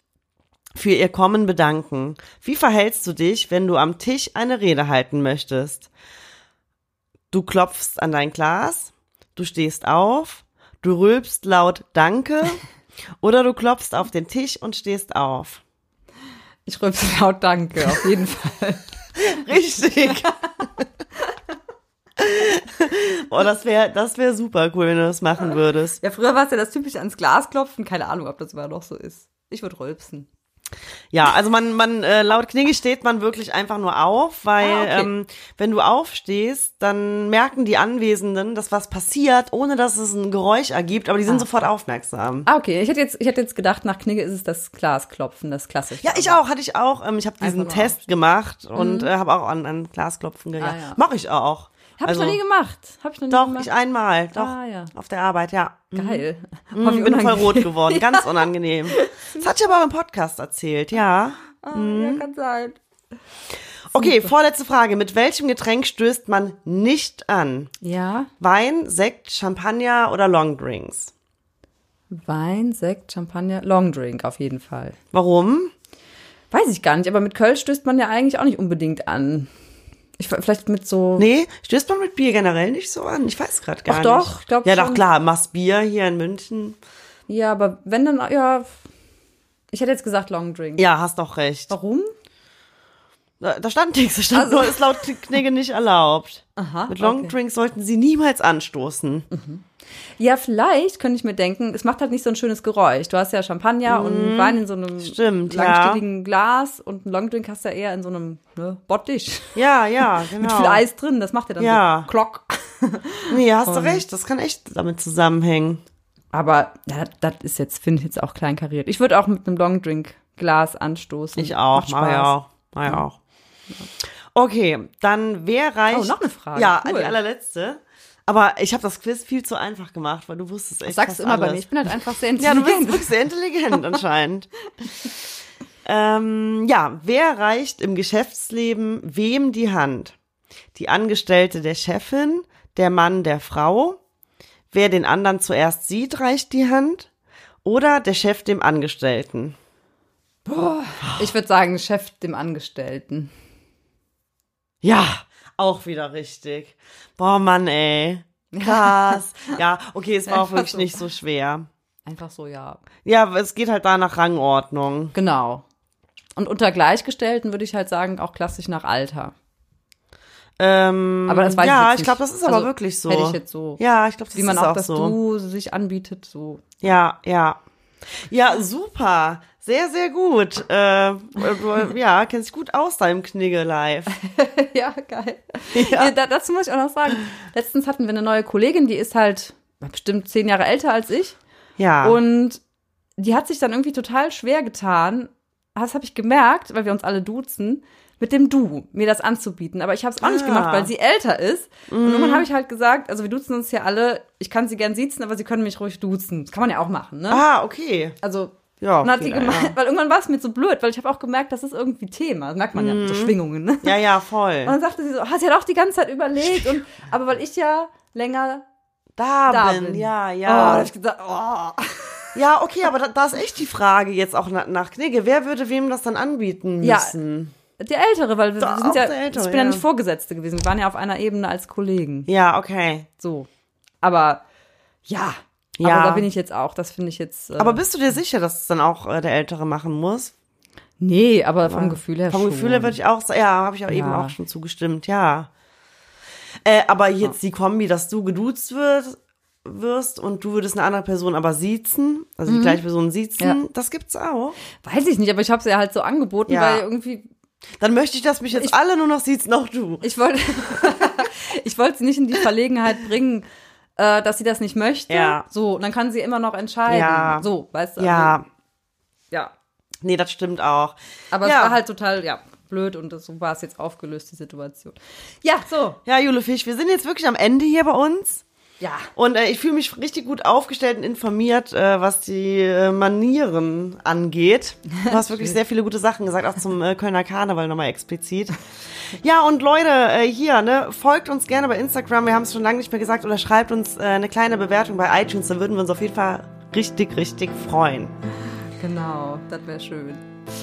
Speaker 1: für ihr Kommen bedanken. Wie verhältst du dich, wenn du am Tisch eine Rede halten möchtest? Du klopfst an dein Glas, du stehst auf, du rülpst laut Danke oder du klopfst auf den Tisch und stehst auf.
Speaker 4: Ich rülpse laut Danke, auf jeden Fall.
Speaker 1: Richtig. Boah, das wäre das wär super cool, wenn du das machen würdest.
Speaker 4: Ja, früher war es ja das typische ans Glas klopfen. Keine Ahnung, ob das immer noch so ist. Ich würde rülpsen.
Speaker 1: Ja, also man, man äh, laut Knigge steht man wirklich einfach nur auf, weil
Speaker 4: Ah, okay.
Speaker 1: ähm, wenn du aufstehst, dann merken die Anwesenden, dass was passiert, ohne dass es ein Geräusch ergibt, aber die sind sofort aufmerksam.
Speaker 4: Ah, okay. Ich hätte jetzt, ich hätte jetzt gedacht, nach Knigge ist es das Glas klopfen, das klassische.
Speaker 1: Ja, ich auch, hatte ich auch. Ähm, ich habe
Speaker 4: Einfach
Speaker 1: diesen
Speaker 4: nur
Speaker 1: Test gemacht und äh, habe auch an, an Glasklopfen gegangen.
Speaker 4: Ah, ja.
Speaker 1: Mach ich auch.
Speaker 4: Hab
Speaker 1: also,
Speaker 4: ich noch nie gemacht. Hab ich noch nie
Speaker 1: Doch,
Speaker 4: gemacht.
Speaker 1: ich einmal. Doch,
Speaker 4: Ah, ja.
Speaker 1: auf der Arbeit, ja.
Speaker 4: Geil.
Speaker 1: Mm,
Speaker 4: Oh, wie
Speaker 1: ich bin voll
Speaker 4: unangenehm.
Speaker 1: rot geworden, ganz unangenehm. Das hat ich aber auch im Podcast erzählt, ja. Mhm.
Speaker 4: Ah, ja, kann sein.
Speaker 1: Okay, vorletzte Frage. Mit welchem Getränk stößt man nicht an?
Speaker 4: Ja.
Speaker 1: Wein, Sekt, Champagner oder Longdrinks?
Speaker 4: Wein, Sekt, Champagner, Longdrink auf jeden Fall.
Speaker 1: Warum?
Speaker 4: Weiß ich gar nicht, aber mit Köln stößt man ja eigentlich auch nicht unbedingt an. Ich, vielleicht mit so.
Speaker 1: Nee, stößt man mit Bier generell nicht so an? Ich weiß gerade gar
Speaker 4: Ach
Speaker 1: nicht.
Speaker 4: doch, ich glaub
Speaker 1: Ja, doch,
Speaker 4: schon.
Speaker 1: klar. Machst Bier hier in München.
Speaker 4: Ja, aber wenn dann, ja. Ich hätte jetzt gesagt Long Drink.
Speaker 1: Ja, hast doch recht.
Speaker 4: Warum?
Speaker 1: Da, da stand nichts. Da stand
Speaker 4: Also-
Speaker 1: nur, ist laut Knigge nicht erlaubt.
Speaker 4: Aha,
Speaker 1: Mit
Speaker 4: okay.
Speaker 1: Longdrinks sollten sie niemals anstoßen.
Speaker 4: Ja, vielleicht könnte ich mir denken, es macht halt nicht so ein schönes Geräusch. Du hast ja Champagner und Wein in so einem
Speaker 1: Mhm. Stimmt, ja.
Speaker 4: langstieligen Glas und einen Long Drink hast du ja eher in so einem ne, Bottich
Speaker 1: Ja, ja, genau.
Speaker 4: mit viel Eis drin. Das macht ja dann
Speaker 1: Ja.
Speaker 4: so Klock.
Speaker 1: Nee, hast du recht. Das kann echt damit zusammenhängen.
Speaker 4: Aber ja, das ist jetzt, finde ich jetzt auch kleinkariert. Ich würde auch mit einem Long Drink Glas anstoßen.
Speaker 1: Ich auch,
Speaker 4: Macht
Speaker 1: mach ich
Speaker 4: Spaß.
Speaker 1: auch. Mach ich auch. Okay, dann wer reicht.
Speaker 4: Oh, noch eine Frage.
Speaker 1: Ja,
Speaker 4: Cool.
Speaker 1: die allerletzte. Aber ich habe das Quiz viel zu einfach gemacht, weil du wusstest echt.
Speaker 4: Das sagst
Speaker 1: fast
Speaker 4: du immer bei mir.
Speaker 1: alles.
Speaker 4: Ich bin halt einfach sehr
Speaker 1: Ja, du
Speaker 4: intelligent.
Speaker 1: bist wirklich sehr intelligent anscheinend. ähm, ja, wer reicht im Geschäftsleben wem die Hand? Die Angestellte der Chefin, der Mann der Frau? Wer den anderen zuerst sieht, reicht die Hand? Oder der Chef dem Angestellten?
Speaker 4: Ich würde sagen, Chef dem Angestellten.
Speaker 1: Ja, auch wieder richtig. Boah, Mann, ey. Krass. ja, okay, es war auch
Speaker 4: Einfach
Speaker 1: wirklich
Speaker 4: so.
Speaker 1: nicht so schwer.
Speaker 4: Einfach so, ja.
Speaker 1: Ja, aber es geht halt da nach Rangordnung.
Speaker 4: Genau. Und unter Gleichgestellten würde ich halt sagen, auch klassisch nach Alter.
Speaker 1: Ähm,
Speaker 4: Aber das weiß ich
Speaker 1: ja,
Speaker 4: jetzt
Speaker 1: ich glaube,
Speaker 4: nicht.
Speaker 1: das ist aber
Speaker 4: Also,
Speaker 1: wirklich so.
Speaker 4: hätte ich jetzt so.
Speaker 1: Ja, ich glaube, das
Speaker 4: Wie man
Speaker 1: ist
Speaker 4: auch,
Speaker 1: auch
Speaker 4: das
Speaker 1: so.
Speaker 4: Du sich anbietet, so.
Speaker 1: Ja, ja. Ja, super. Sehr, sehr gut. Äh, du, ja, kennst dich gut aus deinem Knigge live.
Speaker 4: ja, geil. Nee, da, dazu muss ich auch noch sagen. Letztens hatten wir eine neue Kollegin, die ist halt bestimmt zehn Jahre älter als ich.
Speaker 1: Ja.
Speaker 4: Und die hat sich dann irgendwie total schwer getan. Das habe ich gemerkt, weil wir uns alle duzen, mit dem Du, mir das anzubieten. Aber ich habe es auch
Speaker 1: Ah.
Speaker 4: nicht
Speaker 1: Mhm.
Speaker 4: gemacht, weil sie älter ist. Und irgendwann habe ich halt gesagt, also wir duzen uns hier alle, ich kann sie gern siezen, aber sie können mich ruhig duzen. Das kann man ja auch machen, ne?
Speaker 1: ah, okay.
Speaker 4: Also,
Speaker 1: Ja,
Speaker 4: dann hat
Speaker 1: okay,
Speaker 4: sie
Speaker 1: na
Speaker 4: gemeint, weil irgendwann war es mir so blöd, weil ich habe auch gemerkt, das ist irgendwie Thema. Das merkt man ja, so Schwingungen, ne?
Speaker 1: Ja, Mhm. ja,
Speaker 4: Und
Speaker 1: voll.
Speaker 4: dann sagte sie so, ah, sie hat auch die ganze Zeit überlegt. Und, aber weil ich ja länger
Speaker 1: Da,
Speaker 4: da
Speaker 1: bin.
Speaker 4: bin.
Speaker 1: Ja,
Speaker 4: Oh, da
Speaker 1: ja.
Speaker 4: habe ich gesagt, oh.
Speaker 1: Ja, okay, aber da, da ist echt die Frage jetzt auch nach, nach Knigge. Wer würde wem das dann anbieten
Speaker 4: Ja.
Speaker 1: müssen?
Speaker 4: Der Ältere, weil wir
Speaker 1: Da, auch
Speaker 4: sind ja,
Speaker 1: der Ältere,
Speaker 4: ich bin ja.
Speaker 1: ja.
Speaker 4: nicht Vorgesetzte gewesen. Wir waren ja auf einer Ebene als Kollegen.
Speaker 1: Ja, okay.
Speaker 4: So. aber ja.
Speaker 1: Ja.
Speaker 4: Aber da bin ich jetzt auch. Das finde ich jetzt. Äh,
Speaker 1: Aber bist du dir sicher, dass es dann auch äh, der Ältere machen muss?
Speaker 4: nee, aber vom Gefühl her
Speaker 1: Vom
Speaker 4: schon.
Speaker 1: Gefühl her würde ich auch, sa- ja, habe ich auch eben
Speaker 4: Ja.
Speaker 1: auch schon zugestimmt, ja. Äh, aber jetzt die Kombi, dass du geduzt wird, wirst und du würdest eine andere Person aber siezen, also die gleiche Person siezen,
Speaker 4: Mhm. Ja.
Speaker 1: das gibt's auch.
Speaker 4: Weiß ich nicht, aber ich habe es ja halt so angeboten,
Speaker 1: Ja.
Speaker 4: weil irgendwie
Speaker 1: Dann möchte ich, dass mich jetzt
Speaker 4: Ich-
Speaker 1: alle nur noch siezen, auch du.
Speaker 4: ich wollte ich wollte sie nicht in die Verlegenheit bringen, äh, dass sie das nicht möchte.
Speaker 1: Ja.
Speaker 4: So, und dann kann sie immer noch entscheiden.
Speaker 1: Ja.
Speaker 4: So, weißt du? Also,
Speaker 1: ja,
Speaker 4: ja.
Speaker 1: nee, das stimmt auch.
Speaker 4: Aber
Speaker 1: ja.
Speaker 4: es war halt total, ja, blöd und das, so war es jetzt aufgelöst, die Situation. Ja, so.
Speaker 1: Ja, Jule Fisch, wir sind jetzt wirklich am Ende hier bei uns.
Speaker 4: Ja.
Speaker 1: Und äh, ich fühle mich richtig gut aufgestellt und informiert, äh, was die äh, Manieren angeht. Du hast wirklich sehr viele gute Sachen gesagt, auch zum äh, Kölner Karneval nochmal explizit. Ja, und Leute, äh, hier, ne, folgt uns gerne bei Instagram, wir haben es schon lange nicht mehr gesagt, oder schreibt uns äh, eine kleine Bewertung bei iTunes, dann würden wir uns auf jeden Fall richtig, richtig freuen.
Speaker 4: Genau, das wäre schön.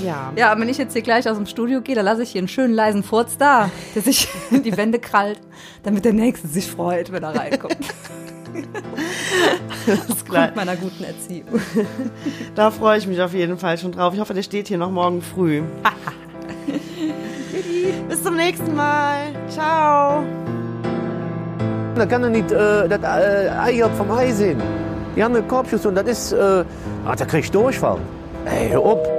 Speaker 1: Ja.
Speaker 4: Ja, und wenn ich jetzt hier gleich aus dem Studio gehe, dann lasse ich hier einen schönen leisen Furz da, der sich in die Wände krallt, damit der Nächste sich freut, wenn er reinkommt.
Speaker 1: Alles klar.
Speaker 4: Mit meiner guten Erziehung.
Speaker 1: Da freue ich mich auf jeden Fall schon drauf. Ich hoffe, der steht hier noch morgen früh. Bis zum nächsten Mal. Ciao.
Speaker 2: Da kann er nicht äh, das äh, Eier vom Ei sehen. Die haben eine Korbschuss und das ist. Äh, ah, da krieg ich Durchfall. Ey, hör auf.